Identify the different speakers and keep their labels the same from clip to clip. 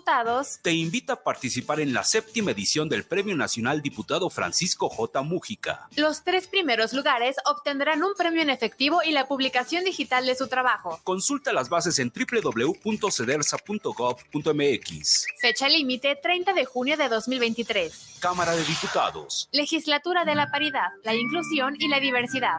Speaker 1: Diputados
Speaker 2: te invita a participar en la séptima edición del Premio Nacional Diputado Francisco J. Mújica.
Speaker 1: Los tres primeros lugares obtendrán un premio en efectivo y la publicación digital de su trabajo.
Speaker 2: Consulta las bases en www.cedersa.gov.mx.
Speaker 1: Fecha límite 30 de junio de 2023.
Speaker 2: Cámara de Diputados.
Speaker 1: Legislatura de la Paridad, la Inclusión y la Diversidad.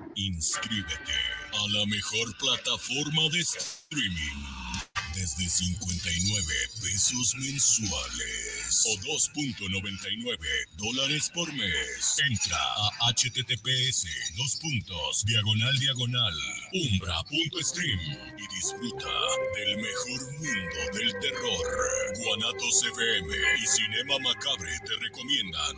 Speaker 3: Inscríbete a la mejor plataforma de streaming. Desde 59 pesos mensuales o 2.99 dólares por mes. Entra a https dos puntos diagonal diagonal umbra.stream y disfruta del mejor mundo del terror. Guanatos FM y Cinema Macabre te recomiendan.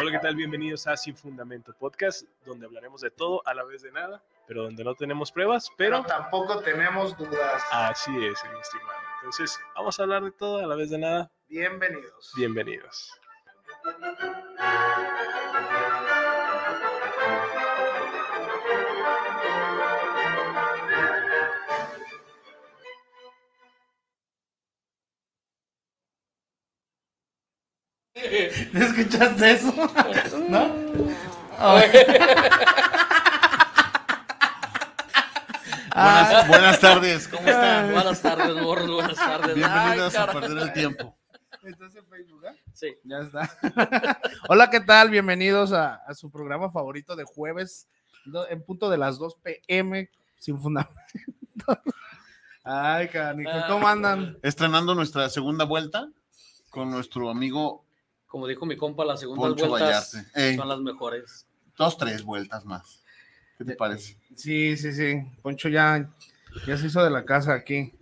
Speaker 4: Hola, ¿qué tal? Bienvenidos a Sin Fundamento Podcast, donde hablaremos de todo a la vez de nada, pero donde no tenemos pruebas, pero...
Speaker 5: pero tampoco tenemos dudas.
Speaker 4: Así es, mi estimado. Entonces, vamos a hablar de todo a la vez de nada.
Speaker 5: Bienvenidos.
Speaker 4: Bienvenidos.
Speaker 5: ¿No escuchaste eso? ¿No? Ah,
Speaker 6: Buenas, buenas tardes, ¿cómo están?
Speaker 7: Buenas tardes, gordos, buenas tardes.
Speaker 6: Bienvenidos
Speaker 7: Ay,
Speaker 6: a
Speaker 7: cara.
Speaker 6: Perder el Tiempo.
Speaker 5: ¿Estás en Facebook? eh?
Speaker 7: Sí.
Speaker 5: Ya está. Hola, ¿qué tal? Bienvenidos a, a su programa favorito de jueves, do- en punto de las 2 pm, sin fundamento. Ay, canijo, ¿cómo andan?
Speaker 6: Estrenando nuestra segunda vuelta con nuestro amigo
Speaker 7: Como dijo mi compa, las segundas
Speaker 6: Poncho
Speaker 7: vueltas
Speaker 6: Vallarte. Ey,
Speaker 7: son las mejores.
Speaker 6: dos, tres vueltas más. ¿Qué te parece?
Speaker 5: Sí, sí, sí. Poncho ya, ya se hizo de la casa aquí.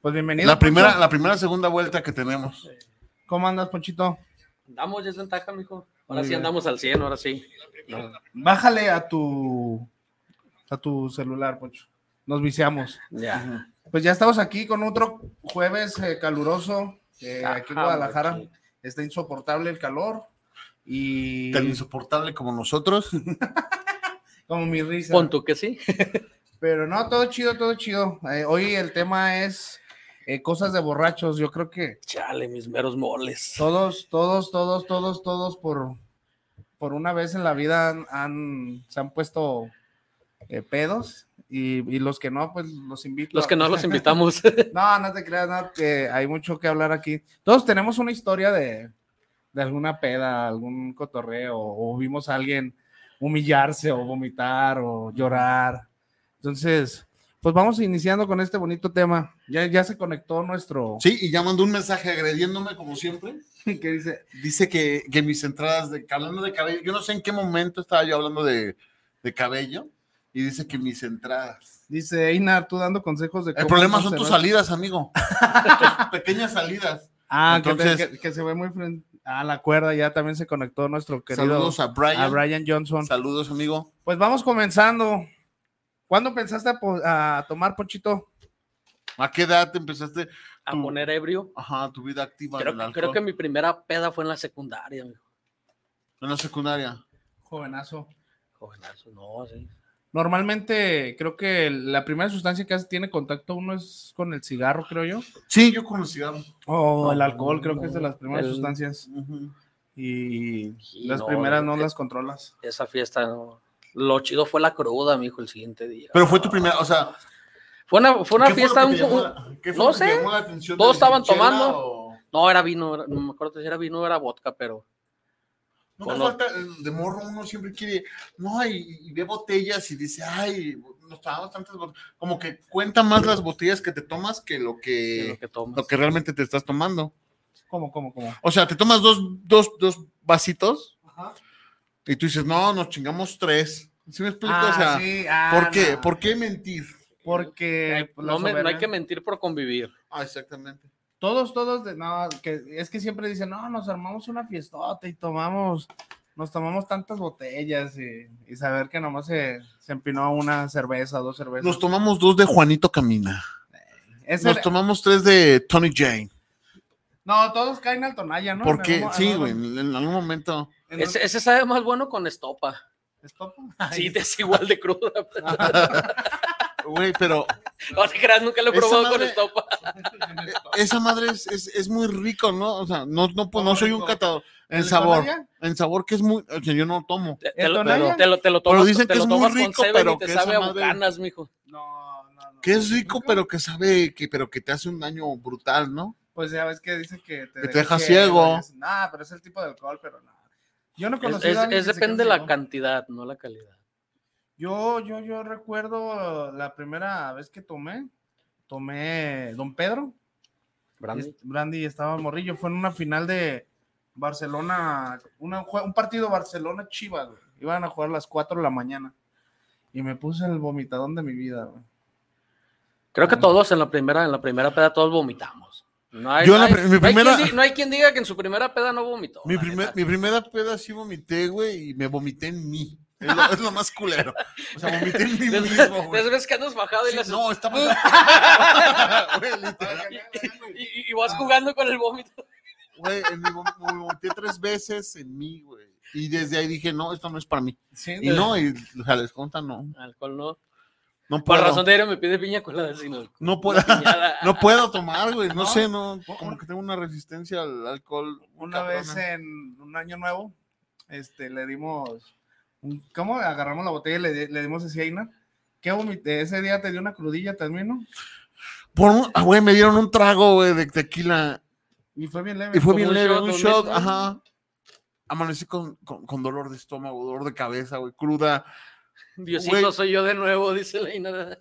Speaker 5: Pues bienvenido.
Speaker 6: La primera,
Speaker 5: Poncho.
Speaker 6: la primera segunda vuelta que tenemos.
Speaker 5: ¿Cómo andas, Ponchito?
Speaker 7: Andamos, ya es ventaja, mijo.
Speaker 5: Muy
Speaker 7: Ahora sí
Speaker 5: bien.
Speaker 7: andamos al 100, ahora sí.
Speaker 5: Bájale a tu a tu celular, Poncho. Nos viciamos.
Speaker 7: Ya.
Speaker 5: Pues ya estamos aquí con otro jueves eh, caluroso. eh,
Speaker 7: Ajá,
Speaker 5: aquí en Guadalajara
Speaker 7: machín.
Speaker 5: está insoportable el calor. Y
Speaker 6: Tan insoportable como nosotros.
Speaker 5: como mi risa.
Speaker 7: Pon tú que sí.
Speaker 5: Pero no, todo chido, todo chido. Eh, hoy el tema es eh, cosas de borrachos. Yo creo que
Speaker 7: Chale, mis meros moles.
Speaker 5: todos, todos, todos, todos, todos por, por una vez en la vida han, han- se han puesto eh, pedos. Y, y los que no, pues los invito.
Speaker 7: Los
Speaker 5: a-
Speaker 7: que no los invitamos.
Speaker 5: No, no te creas, no, que hay mucho que hablar aquí. Todos tenemos una historia de, de alguna peda, algún cotorreo, o vimos a alguien humillarse, o vomitar, o llorar. Entonces, pues vamos iniciando con este bonito tema. Ya, ya se conectó nuestro.
Speaker 6: Sí, y ya mandó un mensaje agrediéndome como siempre.
Speaker 5: que dice?
Speaker 6: Dice que, que mis entradas de hablando de cabello, yo no sé en qué momento estaba yo hablando de, de cabello y dice que mis entradas.
Speaker 5: Dice Einar, tú dando consejos de.
Speaker 6: El
Speaker 5: cómo
Speaker 6: problema
Speaker 5: no
Speaker 6: son tus
Speaker 5: cerrar".
Speaker 6: salidas, amigo. Tus pequeñas salidas.
Speaker 5: Ah, que te-
Speaker 6: Entonces-
Speaker 5: que, que se ve muy frente. Ah, la cuerda, ya también se conectó nuestro querido.
Speaker 6: Saludos a Brian.
Speaker 5: a Brian Johnson.
Speaker 6: Saludos, amigo.
Speaker 5: Pues vamos comenzando. ¿Cuándo pensaste a, po- a tomar, Ponchito?
Speaker 6: ¿A qué edad te empezaste
Speaker 7: A
Speaker 6: Tú.
Speaker 7: poner ebrio.
Speaker 6: ajá, tu vida activa
Speaker 7: Creo,
Speaker 6: del
Speaker 7: creo
Speaker 6: alcohol?
Speaker 7: que mi primera peda fue en la secundaria, mijo.
Speaker 6: en la secundaria?
Speaker 5: Jovenazo.
Speaker 7: Jovenazo, no, sí.
Speaker 5: Normalmente creo que la primera sustancia que hace- tiene contacto uno es con el cigarro, creo yo.
Speaker 6: Sí, yo con el cigarro.
Speaker 5: O el alcohol, creo que es de las primeras
Speaker 7: El-
Speaker 5: sustancias.
Speaker 6: Ujú.
Speaker 5: Y
Speaker 7: Sí,
Speaker 5: las
Speaker 7: no,
Speaker 5: primeras no
Speaker 7: eh,
Speaker 5: las controlas.
Speaker 7: Esa fiesta, no. Lo chido fue la cruda, mijo, el siguiente día.
Speaker 6: Pero fue tu primera, o sea,
Speaker 8: Fue una, fue una
Speaker 6: ¿Qué fue
Speaker 8: fiesta,
Speaker 6: lo que te
Speaker 8: un-
Speaker 6: llamó
Speaker 8: un-
Speaker 6: la- qué fue
Speaker 8: no
Speaker 6: lo que
Speaker 8: sé,
Speaker 6: te llamó la atención de
Speaker 8: todos
Speaker 6: la
Speaker 8: estaban
Speaker 6: lonchera
Speaker 8: tomando.
Speaker 6: o-
Speaker 8: no era vino, era- no me acuerdo si era vino o era vodka, pero
Speaker 6: Nunca
Speaker 8: O no.
Speaker 6: falta, eh, de morro uno siempre quiere, no, y, y ve botellas y dice, ay, nos tomamos tantas botellas. Como que cuenta más las botellas que te tomas que lo
Speaker 8: de lo
Speaker 6: que,
Speaker 8: que tomas.
Speaker 6: lo que realmente te estás tomando.
Speaker 5: ¿Cómo, cómo, cómo?
Speaker 6: O sea, te tomas dos, dos, dos vasitos
Speaker 5: Ajá.
Speaker 6: y tú dices, no, nos chingamos tres. ¿Sí me explico? o sea,
Speaker 5: sí, ah,
Speaker 6: ¿por qué?
Speaker 5: no.
Speaker 6: ¿Por qué mentir?
Speaker 5: Porque pues, la
Speaker 8: no, me- no hay
Speaker 5: soberanía-
Speaker 8: que mentir por convivir.
Speaker 6: Ah, exactamente.
Speaker 5: todos, todos, de, no, que, es que siempre dicen, no, nos armamos una fiestota y tomamos, nos tomamos tantas botellas y, y saber que nomás se, se empinó una cerveza, dos cervezas.
Speaker 6: Nos tomamos dos de Juanito Camina.
Speaker 5: Ese
Speaker 6: Nos
Speaker 5: era-
Speaker 6: tomamos tres de Tony Jane.
Speaker 5: no, todos caen al tonalla, ¿no? En
Speaker 6: Porque,
Speaker 5: algún-
Speaker 6: sí,
Speaker 5: algún-
Speaker 6: güey, en en algún momento.
Speaker 5: en-
Speaker 8: Ese, ese sabe más bueno con estopa.
Speaker 5: ¿Stop?
Speaker 8: Sí, te es igual de cruda.
Speaker 6: Güey, pero
Speaker 8: No te creas, nunca lo he
Speaker 6: Esa
Speaker 8: probado con
Speaker 6: madre-
Speaker 8: estopa.
Speaker 6: esa madre es, es, es muy rico, ¿no? O sea, no, no, pues, no
Speaker 5: ¿Cómo
Speaker 6: soy un
Speaker 5: rico?
Speaker 6: catador. En
Speaker 5: ¿El
Speaker 6: sabor,
Speaker 5: Tonaya?
Speaker 6: en sabor que es muy. O sea, yo no tomo.
Speaker 8: Te,
Speaker 5: ¿El
Speaker 8: te lo,
Speaker 5: Tonaya?
Speaker 8: te lo- te
Speaker 6: Pero
Speaker 8: lo tomas,
Speaker 6: dicen
Speaker 8: te
Speaker 6: que
Speaker 8: lo
Speaker 6: es muy
Speaker 8: tomas con
Speaker 6: rico,
Speaker 8: Seven
Speaker 6: pero
Speaker 8: y te
Speaker 6: que esa
Speaker 8: sabe a
Speaker 6: madre-
Speaker 8: bucanas, mijo.
Speaker 5: No, no, no.
Speaker 6: Que es rico,
Speaker 5: ¿Nunca?
Speaker 6: pero que sabe, que, pero que te hace un daño brutal, ¿no?
Speaker 5: Pues ya ves que dicen que te,
Speaker 6: te deja ciego.
Speaker 5: No, pero es el tipo de alcohol, pero no. Yo no
Speaker 8: Es,
Speaker 5: conocí a
Speaker 8: es-
Speaker 5: alguien
Speaker 8: es
Speaker 5: que se
Speaker 8: depende de
Speaker 5: quedó
Speaker 8: la
Speaker 5: ciego.
Speaker 8: cantidad, no la calidad.
Speaker 5: Yo, yo, yo recuerdo la primera vez que tomé, tomé Don Pedro,
Speaker 8: Brandy.
Speaker 5: y es- Brandy estaba morrillo, fue en una final de Barcelona, una jue- un partido Barcelona-Chivas, güey. iban a jugar a las 4 de la mañana, y me puse el vomitadón de mi vida, güey.
Speaker 8: Creo
Speaker 6: Mm.
Speaker 8: que todos en la primera, en la primera peda todos vomitamos. No hay,
Speaker 6: Yo
Speaker 8: no
Speaker 6: la
Speaker 8: hay-
Speaker 6: pri- mi
Speaker 8: no hay
Speaker 6: primera-
Speaker 8: quien di- no hay quien diga que en su primera peda no vomitó.
Speaker 6: Mi,
Speaker 8: la
Speaker 6: primer-
Speaker 8: neta.
Speaker 6: mi primera peda sí vomité, güey, y me vomité en mí. Es lo, es lo más culero. O sea, vomité en mí mismo,
Speaker 8: Después,
Speaker 6: güey.
Speaker 8: después que andas bajado y,
Speaker 6: Sí,
Speaker 8: le haces-
Speaker 6: no, estaba. Güey, literal,
Speaker 8: y- y- y vas jugando con el vómito.
Speaker 6: güey, en mi vom- me vomité tres veces en mí, güey. Y desde ahí dije, no, esto no es para mí.
Speaker 5: Sí,
Speaker 6: Y no, y o sea, les conta, no.
Speaker 8: Alcohol no.
Speaker 6: No
Speaker 8: Por
Speaker 6: puedo.
Speaker 8: razón de ir me pide piña colada sin alcohol.
Speaker 6: no puedo.
Speaker 8: Piñada.
Speaker 6: No puedo tomar, güey. No,
Speaker 5: No.
Speaker 6: sé, no. Como que tengo una resistencia al alcohol.
Speaker 5: una vez en un año nuevo, este, le dimos, un- ¿cómo? Agarramos la botella y le, le dimos a Aina. ¿Qué vomité? Ese día te dio una crudilla también, ¿no?
Speaker 6: Por un- ah, güey, me dieron un trago, güey, de tequila.
Speaker 5: Y fue bien leve.
Speaker 6: Y fue
Speaker 8: Como
Speaker 6: bien
Speaker 8: un
Speaker 6: leve,
Speaker 8: shot,
Speaker 6: un
Speaker 8: un
Speaker 6: shot,
Speaker 8: litro.
Speaker 6: ajá. Amanecí con, con- con dolor de estómago, dolor de cabeza, güey, cruda.
Speaker 8: Diosito,
Speaker 6: Güey.
Speaker 8: soy yo de nuevo, dice la Ina.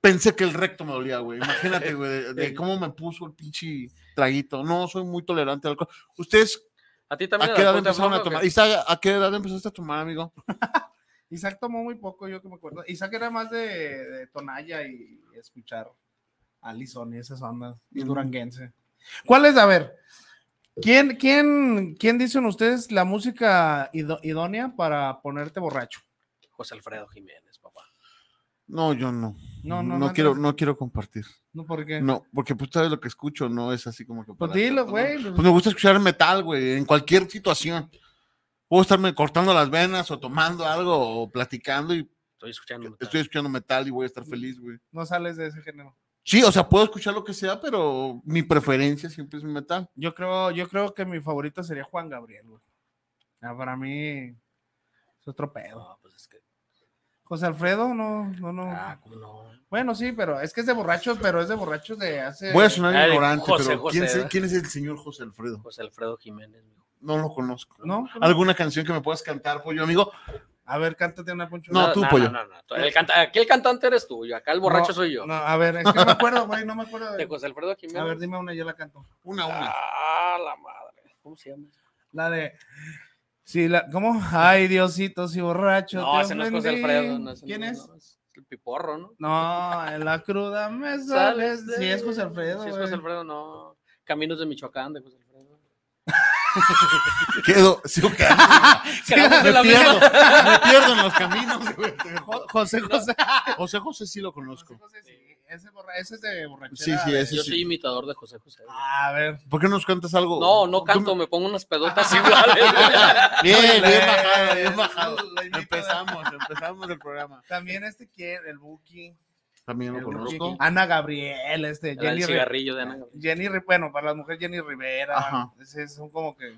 Speaker 6: Pensé que el recto me dolía, güey. Imagínate, güey, de, de cómo me puso el pinche traguito. No, soy muy tolerante al alcohol. ¿Ustedes
Speaker 8: A ti
Speaker 6: a
Speaker 8: también.
Speaker 6: qué
Speaker 8: el
Speaker 6: edad
Speaker 8: alcohol te
Speaker 6: empezaron a
Speaker 8: afloja, ¿o
Speaker 6: tomar?
Speaker 8: qué?
Speaker 6: Isaac, ¿a qué edad empezaste a tomar, amigo?
Speaker 5: Isaac tomó muy poco, yo que me acuerdo. Isaac era más de, de Tonaya y, y escuchar Allison y esas ondas. Y
Speaker 6: Ujú.
Speaker 5: Duranguense. ¿Cuál es? A ver. ¿Quién, quién, quién dicen ustedes la música ido- idónea para ponerte borracho?
Speaker 8: José Alfredo Jiménez, papá.
Speaker 6: No, yo no.
Speaker 5: No, no,
Speaker 6: no
Speaker 5: no,
Speaker 6: quiero,
Speaker 5: entonces-
Speaker 6: no quiero compartir.
Speaker 5: No, ¿por qué?
Speaker 6: No, porque pues sabes lo que escucho, no es así como que.
Speaker 5: Pues
Speaker 6: para
Speaker 5: dilo,
Speaker 6: tanto, ¿no?
Speaker 5: güey.
Speaker 6: Pues me gusta escuchar metal, güey, en cualquier situación. Puedo estarme cortando las venas o tomando algo o platicando y
Speaker 8: Estoy escuchando. metal.
Speaker 6: estoy escuchando metal y voy a estar feliz, güey.
Speaker 5: No sales de ese género.
Speaker 6: Sí, o sea, puedo escuchar lo que sea, pero mi preferencia siempre es mi metal.
Speaker 5: Yo creo, yo creo que mi favorito sería Juan Gabriel, güey. Ah, para mí es otro pedo.
Speaker 8: No, pues es que.
Speaker 5: José Alfredo, no, no, no.
Speaker 8: Ah, ¿cómo no?
Speaker 5: Bueno, sí, pero es que es de borrachos, pero es de borrachos de hace.
Speaker 6: Voy a sonar
Speaker 8: Ah, de
Speaker 6: ignorante,
Speaker 8: José,
Speaker 6: pero ¿quién,
Speaker 8: José,
Speaker 6: se-
Speaker 8: ¿verdad?
Speaker 6: quién es el señor José Alfredo?
Speaker 8: José Alfredo Jiménez, mijo.
Speaker 6: No lo conozco.
Speaker 5: ¿No?
Speaker 6: ¿Alguna canción que me puedas cantar, pollo, amigo?
Speaker 5: A ver, cántate una poncho.
Speaker 6: No, tú, pollo.
Speaker 8: No, no, no. El canta- aquí el cantante eres tú, yo acá el borracho
Speaker 5: No,
Speaker 8: soy yo.
Speaker 5: No, a ver, es que no me acuerdo, güey, no me acuerdo.
Speaker 8: De
Speaker 5: de-
Speaker 8: José Alfredo Jiménez.
Speaker 5: A ver, dime una, yo la canto.
Speaker 6: Una, una.
Speaker 8: ah, la madre. ¿Cómo se llama?
Speaker 5: La de. Sí, la, ¿cómo? Ay, Diosito, si borracho.
Speaker 8: No,
Speaker 5: te
Speaker 8: ese no es José
Speaker 5: ofendí.
Speaker 8: Alfredo. no, ese
Speaker 5: ¿Quién
Speaker 8: no,
Speaker 5: es?
Speaker 8: no, el piporro, ¿no?
Speaker 5: No, en la cruda me
Speaker 8: Sales
Speaker 5: sales.
Speaker 8: de-
Speaker 5: Sí, es José Alfredo.
Speaker 8: Sí, es
Speaker 5: güey.
Speaker 8: José Alfredo, no. Caminos de Michoacán de José Alfredo.
Speaker 6: Quedo, sí, ok.
Speaker 8: Quedamos
Speaker 6: me,
Speaker 8: en la
Speaker 6: pierdo,
Speaker 8: misma.
Speaker 6: me pierdo en los caminos, güey.
Speaker 5: Jo- José José.
Speaker 6: José José sí lo conozco.
Speaker 5: José, sí, Ese, borra- ese es de borrachera.
Speaker 6: Sí, sí,
Speaker 5: de-
Speaker 6: ese
Speaker 8: Yo
Speaker 6: sí.
Speaker 8: soy imitador de José José.
Speaker 5: A ver.
Speaker 6: ¿Por qué no nos cantas algo?
Speaker 8: No, no
Speaker 6: Tú
Speaker 8: canto, me pongo unas pedotas
Speaker 5: Ah,
Speaker 8: iguales.
Speaker 6: me- Bien, bien
Speaker 5: Eh,
Speaker 6: bajado, bien bajado.
Speaker 5: la imita-
Speaker 6: Empezamos, empezamos el programa.
Speaker 5: También este quién, el Buki.
Speaker 6: También
Speaker 5: el
Speaker 6: lo
Speaker 5: Buki.
Speaker 6: conozco.
Speaker 5: Ana Gabriel, este,
Speaker 8: Era el
Speaker 5: Jenny, Ah. Ri-
Speaker 8: cigarrillo de Ana. Gabriel.
Speaker 5: Jenny, Ri- bueno, para las mujeres Jenny Rivera.
Speaker 6: Ajá.
Speaker 5: Ese son como que.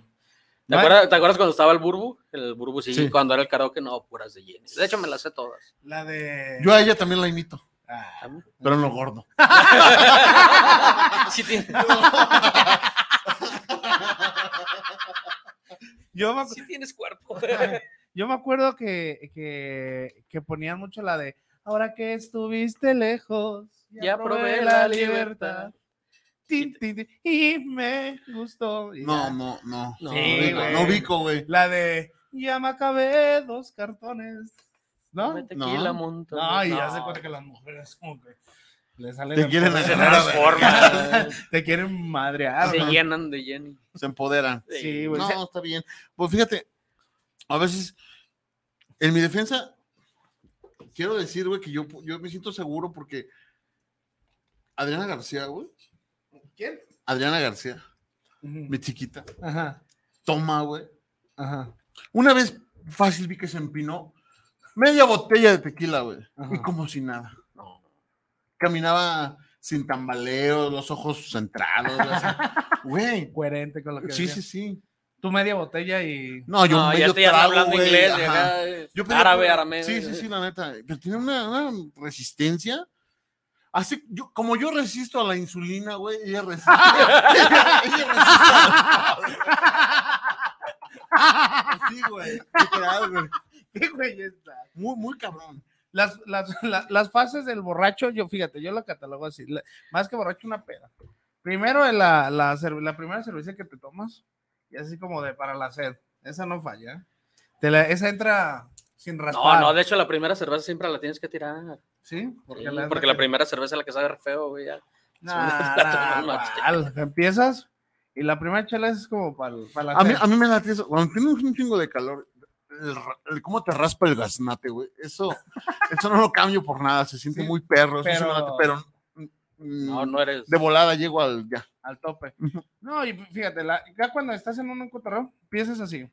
Speaker 8: ¿Te acuerdas, te acuerdas cuando estaba el Burbu? El Burbu sí,
Speaker 6: Sí.
Speaker 8: cuando era el karaoke, no, puras de ah, Jenny. De hecho, me las sé todas.
Speaker 5: La de.
Speaker 6: Yo a ella también la imito.
Speaker 5: Pero no gordo.
Speaker 6: Sí tiene-
Speaker 8: Yo me, acu-
Speaker 6: sí tienes cuerpo.
Speaker 8: yo me acuerdo que, que, que ponían mucho la de ahora que estuviste lejos,
Speaker 6: Ya probé la libertad".
Speaker 8: Tin, tin, tin, y me gustó. Y
Speaker 5: No,
Speaker 8: ya.
Speaker 5: no, no.
Speaker 6: No,
Speaker 5: No,
Speaker 8: Sí,
Speaker 5: ubico,
Speaker 8: güey.
Speaker 5: no ubico, güey.
Speaker 8: La de ya me acabé dos cartones. ¿No?
Speaker 6: Come
Speaker 5: No.
Speaker 6: tequila, montón.
Speaker 8: No, y ya
Speaker 6: No.
Speaker 8: se cuenta que las mujeres como que le salen
Speaker 5: Te
Speaker 8: en
Speaker 5: quieren
Speaker 8: todas
Speaker 5: agarrar a
Speaker 8: las
Speaker 5: forma.
Speaker 8: formas, Te quieren madrear.
Speaker 6: se
Speaker 8: ¿no?
Speaker 6: llenan de Jenny.
Speaker 5: Se empoderan.
Speaker 8: Sí, güey.
Speaker 5: No,
Speaker 8: O sea,
Speaker 5: está bien. Pues fíjate, a veces, en mi defensa, quiero decir, güey, que yo, yo me siento seguro porque Adriana García, güey.
Speaker 8: ¿Quién?
Speaker 5: Adriana García,
Speaker 8: ujú.
Speaker 5: mi chiquita.
Speaker 8: Ajá,
Speaker 5: Toma, güey.
Speaker 8: ajá.
Speaker 5: Una vez fácil vi que se empinó media botella de tequila, güey.
Speaker 8: Ajá.
Speaker 5: Y como si nada. Caminaba sin tambaleo, los ojos centrados, güey, así. güey.
Speaker 8: Coherente con lo que
Speaker 5: Sí,
Speaker 8: decía.
Speaker 5: sí, sí.
Speaker 8: Tú media botella y...
Speaker 5: No, yo
Speaker 6: No,
Speaker 5: un
Speaker 6: ya
Speaker 5: medio
Speaker 6: te ya
Speaker 5: trago,
Speaker 6: hablando
Speaker 5: güey,
Speaker 6: inglés,
Speaker 5: ajá.
Speaker 6: ya, eh,
Speaker 5: Yo pensé-
Speaker 6: árabe, arameo.
Speaker 5: Sí, sí, sí, la neta. Pero tiene una, una resistencia. Así, yo, como yo resisto a la insulina, güey, ella resiste. ella, ella resiste a la- Así, güey. literal, güey.
Speaker 8: ¿Qué güey está?
Speaker 5: Muy, muy cabrón.
Speaker 8: Las, las, la- las fases del borracho, yo fíjate, yo la catalogo así. la- más que borracho, una peda. Primero, la, la, cer- la primera cerveza que te tomas, y así como de para la sed. Esa no falla. Te la- esa entra sin
Speaker 6: No,
Speaker 8: raspar.
Speaker 6: no, de hecho la primera cerveza siempre la tienes que tirar.
Speaker 8: Sí,
Speaker 6: Sí, Porque,
Speaker 8: la-
Speaker 6: la, primera cerveza es la que sabe feo, güey. ya.
Speaker 8: Nah,
Speaker 6: La
Speaker 8: nah,
Speaker 6: tomamos.
Speaker 8: cuál. Empiezas y la primera chela es como para la
Speaker 5: A mí,
Speaker 8: sed.
Speaker 5: a mí me late eso. Cuando tienes un chingo de calor, el ra- el cómo te raspa el gaznate, güey. Eso, eso no lo cambio por nada. Se siente
Speaker 8: Sí,
Speaker 5: muy perro. Eso sí me
Speaker 8: pero-
Speaker 5: late, pero mm,
Speaker 6: No, no eres.
Speaker 5: de volada llego al ya.
Speaker 8: al tope. No, y fíjate, la- ya cuando estás en un cotorreo, empiezas así.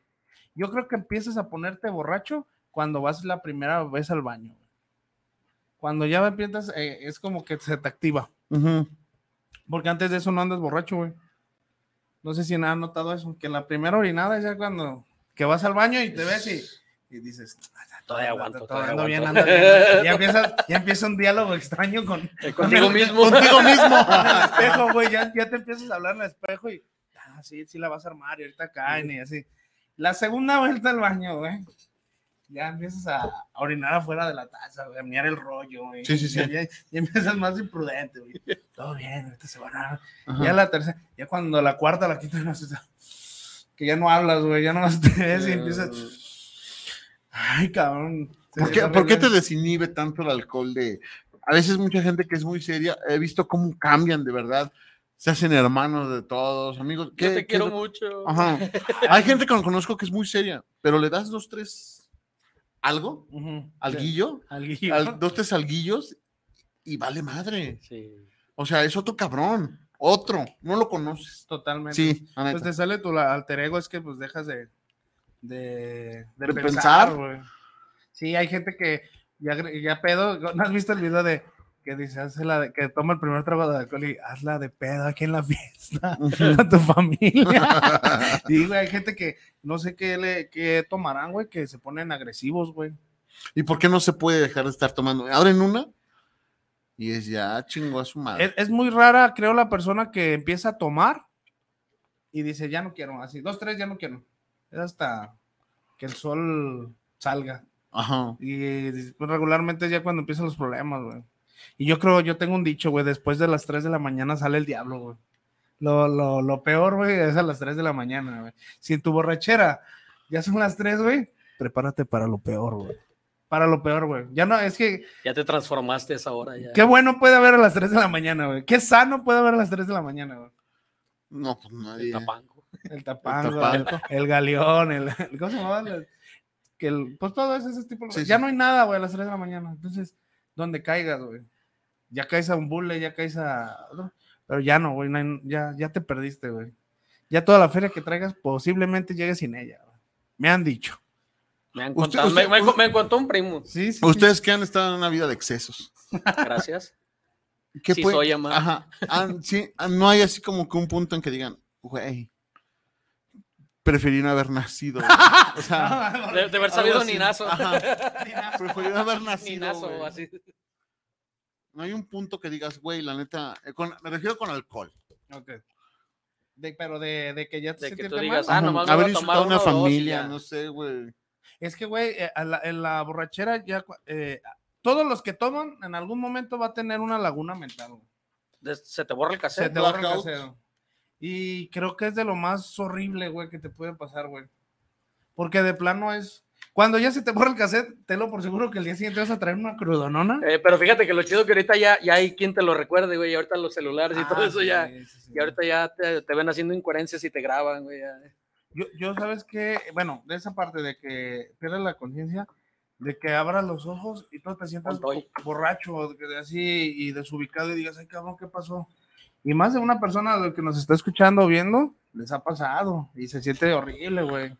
Speaker 8: Yo creo que empiezas a ponerte borracho cuando vas la primera vez al baño. Cuando ya empiezas, eh, es como que se te activa.
Speaker 5: Ujú.
Speaker 8: Porque antes de eso no andas borracho, güey. No sé si han notado eso, que la primera orinada es ya cuando que vas al baño y te ves y, y dices, "Ah,
Speaker 6: Todavía aguanto, todavía
Speaker 8: ando bien,
Speaker 6: aguanto.
Speaker 8: ando bien. Ya empieza, ya empieza un diálogo extraño con,
Speaker 6: Eh, Contigo mismo.
Speaker 5: Contigo mismo.
Speaker 8: en el espejo, güey. Ya, ya te empiezas a hablar en el espejo y, ah, sí, sí la vas a armar y ahorita caen y así. La segunda vuelta al baño, güey. Ya empiezas a a orinar afuera de la taza, güey, a mirar el rollo, güey.
Speaker 5: Sí, sí, sí.
Speaker 8: Ya, ya- ya empiezas más imprudente, güey. Todo bien, ahorita se van a...
Speaker 5: Ajá.
Speaker 8: Ya la tercera, ya cuando la cuarta, la quinta, no sé, que ya no hablas, güey, ya nomás te ves y empiezas... Ay, cabrón.
Speaker 5: Eh. ¿Por qué, por qué te desinhibe tanto el alcohol de... A veces mucha gente que es muy seria, he visto cómo cambian de verdad. Se hacen hermanos de todos, amigos. ¿Qué-
Speaker 6: Yo te
Speaker 5: qué-
Speaker 6: quiero mucho.
Speaker 5: Ajá. Hay gente que conozco que es muy seria, pero le das dos, tres... ¿Algo?
Speaker 8: Ujú.
Speaker 5: ¿Alguillo?
Speaker 8: Alguillo.
Speaker 5: Al- dos, tres alguillos y vale madre.
Speaker 6: Sí.
Speaker 5: O sea, es otro cabrón. Otro. No lo conoces.
Speaker 8: Totalmente.
Speaker 5: Sí, la
Speaker 8: Pues
Speaker 5: neta.
Speaker 8: te sale tu la- alter ego, es que pues dejas de, de, de
Speaker 5: De
Speaker 8: pensar.
Speaker 5: pensar.
Speaker 8: güey. Sí, hay gente que ya, gr- ya pedo, ¿no has visto el video de que dice, hazla de, que toma el primer trago de alcohol y hazla de pedo aquí en la fiesta con tu familia? sí, güey, hay gente que no sé qué, le, qué tomarán, güey, que se ponen agresivos, güey.
Speaker 5: ¿Y por qué no se puede dejar de estar tomando? Abren una y es ya chingo a su madre.
Speaker 8: Es, es muy rara, creo, la persona que empieza a tomar y dice, ya no quiero, así, dos, tres, ya no quiero. Es hasta que el sol salga.
Speaker 5: Ajá.
Speaker 8: Y dis- regularmente es ya cuando empiezan los problemas, güey. Y yo creo, yo tengo un dicho, güey, después de las 3 de la mañana sale el diablo, güey. Lo, lo, lo peor, güey, es a las 3 de la mañana, güey. Si en tu borrachera ya son las 3, güey, prepárate para lo peor, güey. Para lo peor, güey. Ya no, es que
Speaker 6: Ya te transformaste a esa hora. Ya.
Speaker 8: Qué bueno puede haber a las 3 de la mañana, güey. Qué sano puede haber a las 3 de la mañana, güey.
Speaker 5: No, pues
Speaker 6: El
Speaker 5: nadie.
Speaker 6: tapanco.
Speaker 8: El tapango, el,
Speaker 5: tapanco.
Speaker 8: el galeón, el, el- ¿cómo se llamaba? El- que el- pues todo ese, ese tipo. de-
Speaker 5: Sí,
Speaker 8: ya
Speaker 5: sí.
Speaker 8: no hay nada, güey, a las 3 de la mañana. Entonces, donde caigas, güey. Ya caes a un bule, ya caes a. Pero ya no, güey. no hay- ya, ya te perdiste, güey. Ya toda la feria que traigas posiblemente llegues sin ella, güey. Me han dicho.
Speaker 6: Me han
Speaker 5: Usted-
Speaker 6: contado.
Speaker 5: usted-
Speaker 6: me, me-
Speaker 5: usted-
Speaker 6: me contó un primo.
Speaker 8: Sí, sí.
Speaker 5: Ustedes que han estado en una vida de excesos.
Speaker 6: Gracias.
Speaker 5: ¿Qué
Speaker 6: Sí,
Speaker 5: puede-
Speaker 6: soy amado.
Speaker 5: Ajá. Ah, sí, ah, no hay así como que un punto en que digan, güey, preferí no haber nacido. güey". O sea,
Speaker 6: De, de haber
Speaker 5: algo
Speaker 6: sabido
Speaker 5: así.
Speaker 6: ninazo.
Speaker 5: Ajá. Preferí no haber nacido.
Speaker 6: Ninazo,
Speaker 5: güey.
Speaker 6: así.
Speaker 5: no hay un punto que digas, güey, la neta, eh, con- me refiero con alcohol.
Speaker 8: Ok. De- pero de, de que ya te
Speaker 6: De que
Speaker 8: sientes
Speaker 6: tú
Speaker 8: mal.
Speaker 6: digas,
Speaker 8: Ajá.
Speaker 6: ah, nomás me voy
Speaker 5: Haber
Speaker 6: a tomar
Speaker 5: insultado a
Speaker 6: una
Speaker 5: una familia,
Speaker 6: familia.
Speaker 5: no sé, güey.
Speaker 8: Es que, güey, eh, a la- en la borrachera ya. cua- eh, todos los que toman en algún momento va a tener una laguna mental. güey.
Speaker 6: Se te borra el
Speaker 8: Se
Speaker 6: cassette.
Speaker 8: te borra el
Speaker 5: blackout.
Speaker 8: casero. Y creo que es de lo más horrible, güey, que te puede pasar, güey. Porque de plano es. Cuando ya se te borra el cassette, te lo por seguro que el día siguiente vas a traer una crudonona.
Speaker 6: Eh, pero fíjate que lo chido que ahorita ya, ya hay quien te lo recuerde, güey. y Ahorita los celulares y
Speaker 8: Ah,
Speaker 6: todo eso
Speaker 8: sí,
Speaker 6: ya.
Speaker 8: sí, sí.
Speaker 6: Y ahorita ya te, te ven haciendo incoherencias y te graban, güey. ya.
Speaker 8: Yo, yo, sabes que, bueno, de esa parte de que pierdes la conciencia, de que abras los ojos y tú te sientas
Speaker 6: Montoy.
Speaker 8: bo- borracho, de que así y desubicado y digas, ay cabrón, ¿qué pasó? Y más de una persona de que nos está escuchando o viendo, les ha pasado y se siente horrible, güey.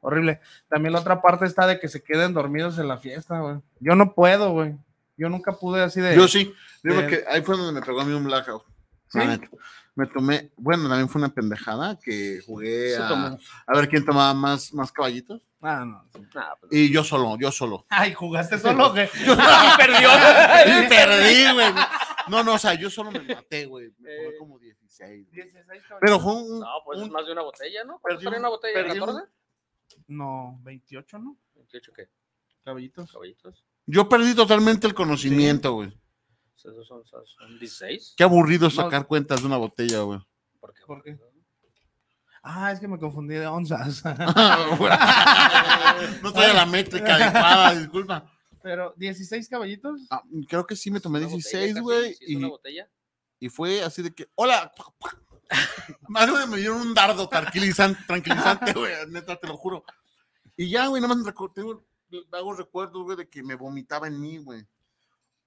Speaker 8: Horrible. También la otra parte está de que se queden dormidos en la fiesta, güey. Yo no puedo, güey. Yo nunca pude así de.
Speaker 5: Yo sí. Digo
Speaker 8: de-
Speaker 5: que ahí fue donde me pegó a mí un blackout.
Speaker 8: ¿Sí?
Speaker 5: La neta. Me tomé, bueno, también fue una pendejada que jugué
Speaker 6: Se
Speaker 5: a,
Speaker 6: tomó.
Speaker 5: a ver quién tomaba más, más caballitos.
Speaker 8: Ah, no.
Speaker 6: Nah, pues,
Speaker 5: Y yo solo, yo solo.
Speaker 8: Ay, jugaste solo, güey.
Speaker 6: perdió.
Speaker 5: Y perdí, güey. No, no, o sea, yo solo me maté, güey. Me tomé
Speaker 6: Eh.
Speaker 5: como 16. güey. Pero fue un.
Speaker 6: No, pues es
Speaker 5: un-
Speaker 6: más de una botella, ¿no?
Speaker 5: Perdí
Speaker 6: ¿Cuánto salió
Speaker 5: un-
Speaker 6: una botella?
Speaker 5: perdí un-
Speaker 6: ¿14?
Speaker 8: No, 28, ¿no?
Speaker 6: 28, ¿qué?
Speaker 8: Caballitos.
Speaker 6: ¿Caballitos?
Speaker 5: Yo perdí totalmente el conocimiento, güey.
Speaker 6: O sea, esos son, son- son 16.
Speaker 5: Qué aburrido
Speaker 8: No.
Speaker 5: sacar cuentas de una botella, güey.
Speaker 6: ¿Por qué?
Speaker 8: ¿Por qué? Ah, es que me confundí de onzas.
Speaker 5: no trae la métrica adecuada, disculpa.
Speaker 8: Pero 16 caballitos.
Speaker 5: Ah, creo que sí me tomé
Speaker 6: Una botella,
Speaker 5: 16,
Speaker 6: casi,
Speaker 5: güey.
Speaker 6: sí, es
Speaker 5: Y,
Speaker 6: una botella.
Speaker 5: y fue así de que, hola. Madre mía, me dieron un dardo tranquilizante, tranquilizante, güey. Neta, te lo juro. Y ya, güey, nada más recu- tengo hago recuerdos, güey, de que me vomitaba en mí, güey.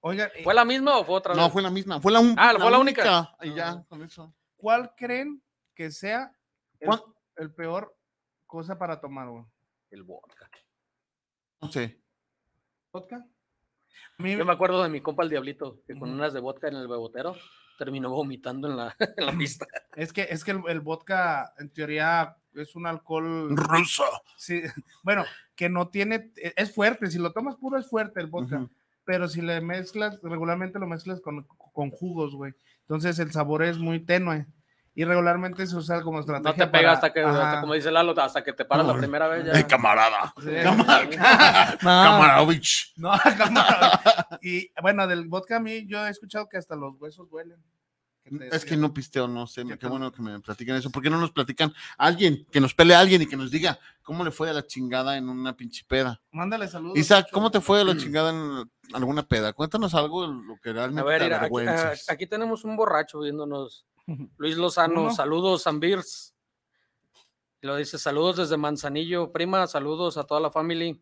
Speaker 8: Oigan, eh,
Speaker 6: ¿¿ue la misma o fue otra
Speaker 5: No,
Speaker 6: vez?
Speaker 5: fue la misma. Fue la, un-
Speaker 6: Ah, fue la única. Ah.
Speaker 5: Y ya, con eso.
Speaker 8: ¿cuál creen que sea el,
Speaker 5: ¿Cuál?
Speaker 8: el peor cosa para tomar, güey?
Speaker 6: El vodka.
Speaker 5: No sé.
Speaker 8: ¿Vodka? A mí-
Speaker 6: Yo me acuerdo de mi compa el Diablito, que con
Speaker 8: Ujú.
Speaker 6: unas de vodka en el bebotero terminó vomitando en la, en la pista.
Speaker 8: es que, es que el, el vodka, en teoría, es un alcohol.
Speaker 5: Ruso.
Speaker 8: sí, bueno, que no tiene. e- Es fuerte. Si lo tomas puro, es fuerte el vodka.
Speaker 5: Ujú.
Speaker 8: Pero si le mezclas, regularmente lo mezclas con, con jugos, güey. Entonces el sabor es muy tenue. Y regularmente se usa como estrategia.
Speaker 6: No te
Speaker 8: para-
Speaker 6: pega hasta que, hasta
Speaker 8: Ajá.
Speaker 6: como dice Lalo, hasta que te paras la primera vez ya.
Speaker 5: Eh, camarada.
Speaker 8: Sí.
Speaker 5: Camarada.
Speaker 8: No.
Speaker 5: Camarovich.
Speaker 8: No, camarón. Y bueno, del vodka a mí yo he escuchado que hasta los huesos duelen. Que te-
Speaker 5: Es que no pisteo, no sé.
Speaker 8: Ya
Speaker 5: Qué
Speaker 8: no.
Speaker 5: bueno que me platiquen eso. ¿Por qué no nos platican alguien? Que nos pele alguien y que nos diga cómo le fue a la chingada en una pinche peda.
Speaker 8: Mándale saludos.
Speaker 5: Isaac,
Speaker 8: Chucho.
Speaker 5: ¿cómo te fue a la chingada en alguna peda? Cuéntanos algo de lo que
Speaker 6: A
Speaker 5: realmente
Speaker 6: ver,
Speaker 5: te
Speaker 6: mira, aquí, ah,
Speaker 5: avergüenzas.
Speaker 6: aquí tenemos un borracho viéndonos. Luis Lozano,
Speaker 8: Uno.
Speaker 6: saludos, Zambirs. Lo dice, saludos desde Manzanillo, prima, saludos a toda la familia.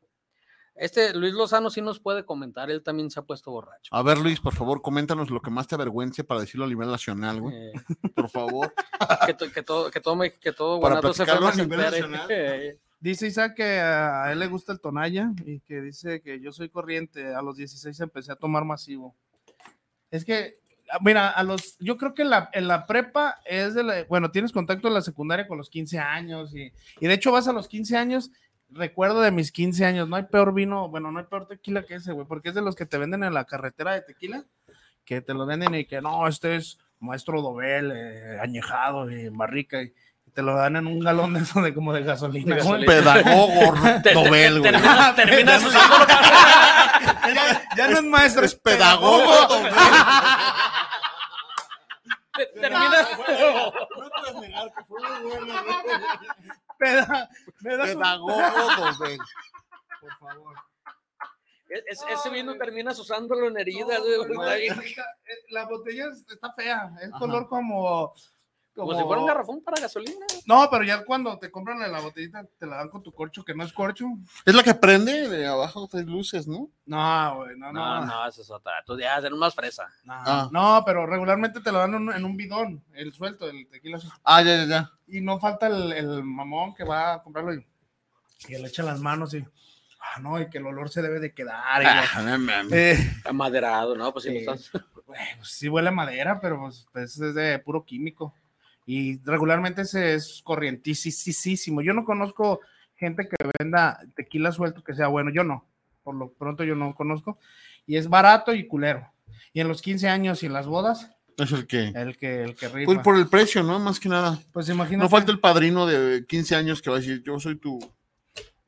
Speaker 6: Este Luis Lozano sí nos puede comentar, él también se ha puesto borracho.
Speaker 5: A ver, Luis, por favor, coméntanos lo que más te avergüence para decirlo a nivel nacional, güey.
Speaker 6: Eh,
Speaker 5: Por favor.
Speaker 6: que, to- que todo, que todo, me- que todo
Speaker 5: Para
Speaker 6: Guanatos
Speaker 5: platicarlo a
Speaker 6: FM se
Speaker 5: nivel
Speaker 6: entere.
Speaker 5: nacional.
Speaker 6: Eh,
Speaker 8: Dice Isaac que a él le gusta el tonalla y que dice que yo soy corriente. A los 16 empecé a tomar masivo. Es que, ah, mira, a los, yo creo que en la, en la prepa es de la, bueno, tienes contacto en la secundaria con los 15 años y, y de hecho vas a los 15 años. Recuerdo de mis 15 años, no hay peor vino, bueno, no hay peor tequila que ese, güey, porque es de los que te venden en la carretera de tequila, que te lo venden y que no, este es maestro Dobel, eh, añejado y marrica, y te lo dan en un galón de eso de como de gasolina.
Speaker 6: De
Speaker 8: güey.
Speaker 6: gasolina.
Speaker 5: Pedagogo
Speaker 6: te-
Speaker 5: Nobel, güey.
Speaker 6: termina- terminas usándolo para-
Speaker 8: ya, ya no es maestro,
Speaker 5: Es pedagogo Nobel.
Speaker 6: te- terminas-
Speaker 5: No puedes negar que fue muy bueno, güey.
Speaker 8: Peda- me das un-
Speaker 5: Pedagogo Nobel.
Speaker 8: Por favor.
Speaker 6: es- E, es- ese vino terminas usándolo en heridas. güey,
Speaker 8: No,
Speaker 6: está bien.
Speaker 8: güey, está- eh, la botella es- está fea, es
Speaker 5: Ajá.
Speaker 8: color como...
Speaker 6: Como si fuera un garrafón para gasolina.
Speaker 8: No, pero ya cuando te compran la botellita, te la dan con tu corcho, que no es corcho.
Speaker 5: Es la que prende de abajo tres luces, ¿no?
Speaker 8: No, güey,
Speaker 6: No,
Speaker 8: no, no. No,
Speaker 6: no, eso es otra. Tú ya eres más fresa.
Speaker 5: Ah.
Speaker 8: No, pero regularmente te lo dan en un, en un bidón, el suelto, el tequila. suelto.
Speaker 5: Ah, ya, ya, ya.
Speaker 8: Y no falta el, el mamón que va a comprarlo y que le echa las manos y... Ah, no, y que el olor se debe de quedar. y
Speaker 5: Ah,
Speaker 8: la- Eh,
Speaker 6: Amaderado, ¿no? Pues sí,
Speaker 8: Sí.
Speaker 6: no estás-
Speaker 8: Güey, pues sí huele a madera, pero pues, pues, es de puro químico. Y regularmente ese es corrientísimo. Yo no conozco gente que venda tequila suelto que sea bueno. Yo no. Por lo pronto yo no conozco. Y es barato y culero. Y en los 15 años y las bodas,
Speaker 5: Es el que.
Speaker 8: el que, el que rifa.
Speaker 5: Pues por el precio, ¿no? Más que nada.
Speaker 8: Pues imagínate.
Speaker 5: No falta el padrino de 15 años que va a decir, yo soy tu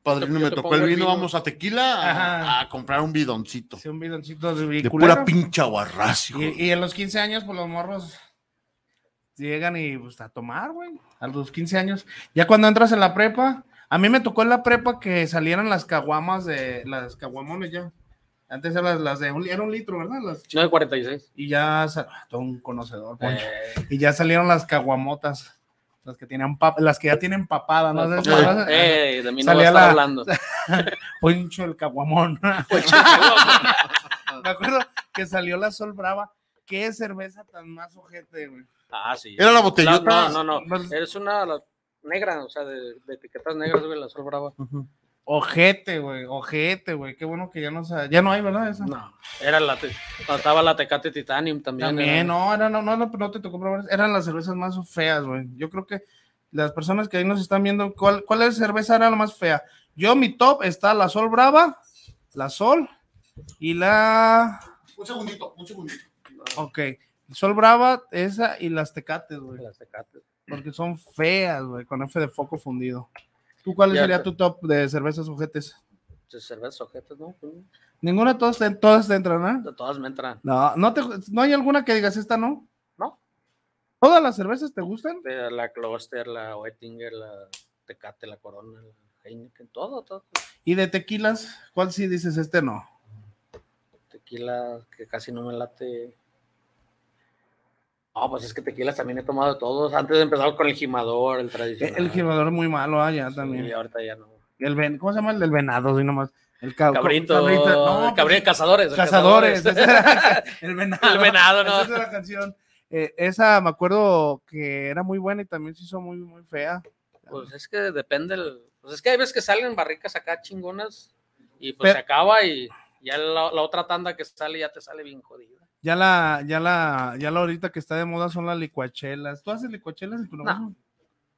Speaker 5: padrino,
Speaker 6: Yo
Speaker 5: me
Speaker 6: te
Speaker 5: tocó
Speaker 6: pongo
Speaker 5: el
Speaker 6: el
Speaker 5: vino,
Speaker 6: vino".
Speaker 5: vamos a tequila a,
Speaker 8: Ajá.
Speaker 5: a comprar un bidoncito.
Speaker 8: Sí, un bidoncito de,
Speaker 5: De
Speaker 8: culero.
Speaker 5: pura pincha guarracio.
Speaker 8: Y, y en los 15 años, pues los morros llegan y pues a tomar, güey. A los 15 años. Ya cuando entras en la prepa, a mí me tocó en la prepa que salieran las caguamas de las caguamones ya. Antes eran las, las de un, era un litro, ¿verdad? Las-
Speaker 6: 946.
Speaker 8: y ya, sa- ah, todo un conocedor, Poncho. Y ya salieron las caguamotas. Las que tenían pap- las que ya tienen papada, ¿no?
Speaker 6: Eh,
Speaker 8: Esas mamadas.
Speaker 6: eh, de mí no va a
Speaker 8: Salía
Speaker 6: estar
Speaker 8: la-
Speaker 6: hablando.
Speaker 8: Poncho el caguamón. me acuerdo que salió la Sol Brava. Qué cerveza tan más ojete, güey.
Speaker 6: Ah, sí.
Speaker 5: Era la
Speaker 6: No,
Speaker 5: botellota.
Speaker 6: no, no, no.
Speaker 8: Más-
Speaker 6: Eres una la- negra, o sea, de, de etiquetas negras, güey, la sol brava.
Speaker 8: Ojete, güey, ojete, güey. Qué bueno que ya no sa- ya no hay, ¿verdad? Esa?
Speaker 6: No, era la, te- estaba la Tecate Titanium también. era-
Speaker 8: También, no, era- no, no, no, no te tocó probar. Eran las cervezas más feas, güey. Yo creo que las personas que ahí nos están viendo, ¿cuál, cuál es cerveza era la más fea? Yo, mi top está la Sol Brava, la Sol y la.
Speaker 5: Un segundito, un segundito.
Speaker 8: Ok, Sol Brava, esa y las Tecates, güey.
Speaker 6: Las Tecate.
Speaker 8: Porque son feas, güey, con F de foco fundido. ¿Tú cuál
Speaker 6: Ya
Speaker 8: sería
Speaker 6: sé.
Speaker 8: tu top de cervezas ojetes?
Speaker 6: De cerveza, ojetes, ¿no? Pues,
Speaker 8: Ninguna, todas te, todas te entran, ¿ah?
Speaker 6: De todas me entran.
Speaker 8: No, no, te, no hay alguna que digas esta, ¿no?
Speaker 6: No.
Speaker 8: ¿Todas las cervezas te gustan?
Speaker 6: De la Cluster, la Oettinger, la Tecate, la Corona, la Heineken, todo, todo.
Speaker 8: ¿Y de tequilas? ¿Cuál sí dices este no?
Speaker 6: Tequila, que casi no me late. No, pues es que tequilas también he tomado todos. Antes de empezar con el gimador, el tradicional.
Speaker 8: El girador es muy malo allá también.
Speaker 6: Y ahorita ya no.
Speaker 8: El ven, ¿Cómo se llama el del venado? Así nomás. El ca-
Speaker 6: Cabrito,
Speaker 8: cabrito. No, pues
Speaker 6: cabri- cazadores.
Speaker 8: cazadores. Esa era- el venado.
Speaker 6: El venado, ¿no?
Speaker 8: Esa es la canción. Eh, esa me acuerdo que era muy buena y también se hizo muy, muy fea.
Speaker 6: Pues es que depende. el- pues es que hay veces que salen barricas acá chingonas y pues
Speaker 8: Pero-
Speaker 6: se acaba y ya la, la otra tanda que sale ya te sale bien jodida.
Speaker 8: Ya la, ya la, ya la ahorita que está de moda son las licuachelas. ¿Tú haces licuachelas en tu negocio?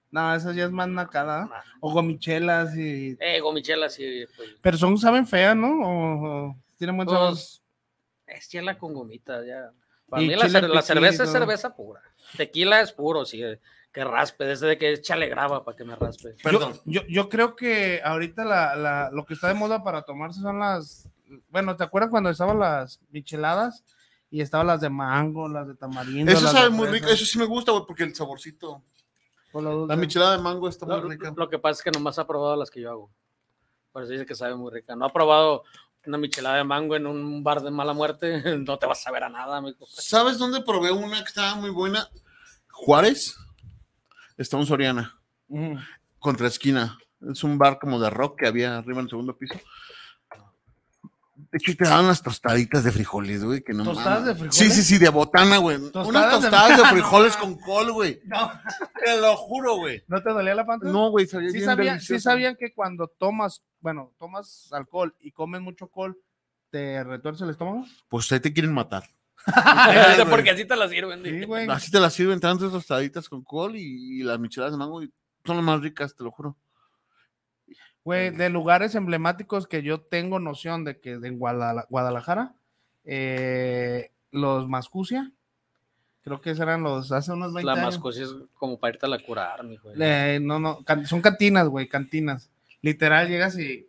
Speaker 8: No, esas ya es más nacada. ¿ah?
Speaker 6: Nah.
Speaker 8: O gomichelas y.
Speaker 6: Eh, gomichelas y pues,
Speaker 8: Pero son, saben fea, ¿no? O, o tienen buen sabor.
Speaker 6: Pues, es chela con gomita, ya. Para
Speaker 8: Y
Speaker 6: mí la,
Speaker 8: chile
Speaker 6: cer- la
Speaker 8: piquín y
Speaker 6: cerveza es
Speaker 8: todo.
Speaker 6: cerveza pura. Tequila es puro, sí. eh. Que raspe, desde que échale grava para que me raspe.
Speaker 5: Perdón.
Speaker 8: Yo, yo creo que ahorita la, la- lo que está de moda para tomarse son las. Bueno, ¿te acuerdas cuando estaban las micheladas? Y estaban las de mango, las de tamarindo.
Speaker 5: Eso
Speaker 8: las de
Speaker 5: sabe muy
Speaker 8: fresa,
Speaker 5: rico, eso sí me gusta, güey, porque el saborcito.
Speaker 8: con lo dulce.
Speaker 5: La michelada de mango está
Speaker 6: Lo,
Speaker 5: muy rica.
Speaker 6: lo que pasa es que nomás ha probado las que yo hago. Por eso dice que sabe muy rica. No ha probado una michelada de mango en un bar de mala muerte. No te vas a saber a nada, amigo.
Speaker 5: ¿Sabes dónde probé una que estaba muy buena? Juárez. Está un Soriana.
Speaker 8: Ujú.
Speaker 5: contra esquina. Es un bar como de rock que había arriba en el segundo piso. De hecho, te daban unas tostaditas de frijoles, güey, que no
Speaker 8: ¿Tostadas
Speaker 5: mames.
Speaker 8: de frijoles?
Speaker 5: Sí, sí, sí, de botana, güey. Unas
Speaker 8: ¿Tostadas de-
Speaker 5: tostadas de frijoles con col, güey.
Speaker 8: No.
Speaker 5: Te lo juro, güey.
Speaker 8: ¿No te dolía la pantalla?
Speaker 5: No, güey, sabía
Speaker 8: Sí,
Speaker 5: bien
Speaker 8: sabían, sí
Speaker 5: delicioso.
Speaker 8: sabían que cuando tomas, bueno, tomas alcohol y comes mucho col, ¿te retuerce el estómago?
Speaker 5: Pues ahí te quieren matar.
Speaker 6: Porque así te la sirven.
Speaker 8: Sí,
Speaker 6: dije.
Speaker 8: güey.
Speaker 5: Así te las sirven tantas tostaditas con col y, y las micheladas de mango. y son las más ricas, te lo juro. Eh.
Speaker 8: Güey, de lugares emblemáticos que yo tengo noción de que en Guadala- Guadalajara, eh, los Mascucia, creo que eran los hace unos 20
Speaker 6: La
Speaker 8: años.
Speaker 6: mascocia es como para irte a la curar, mijo.
Speaker 8: Eh, no, no, can- son cantinas, güey, cantinas. Literal, llegas y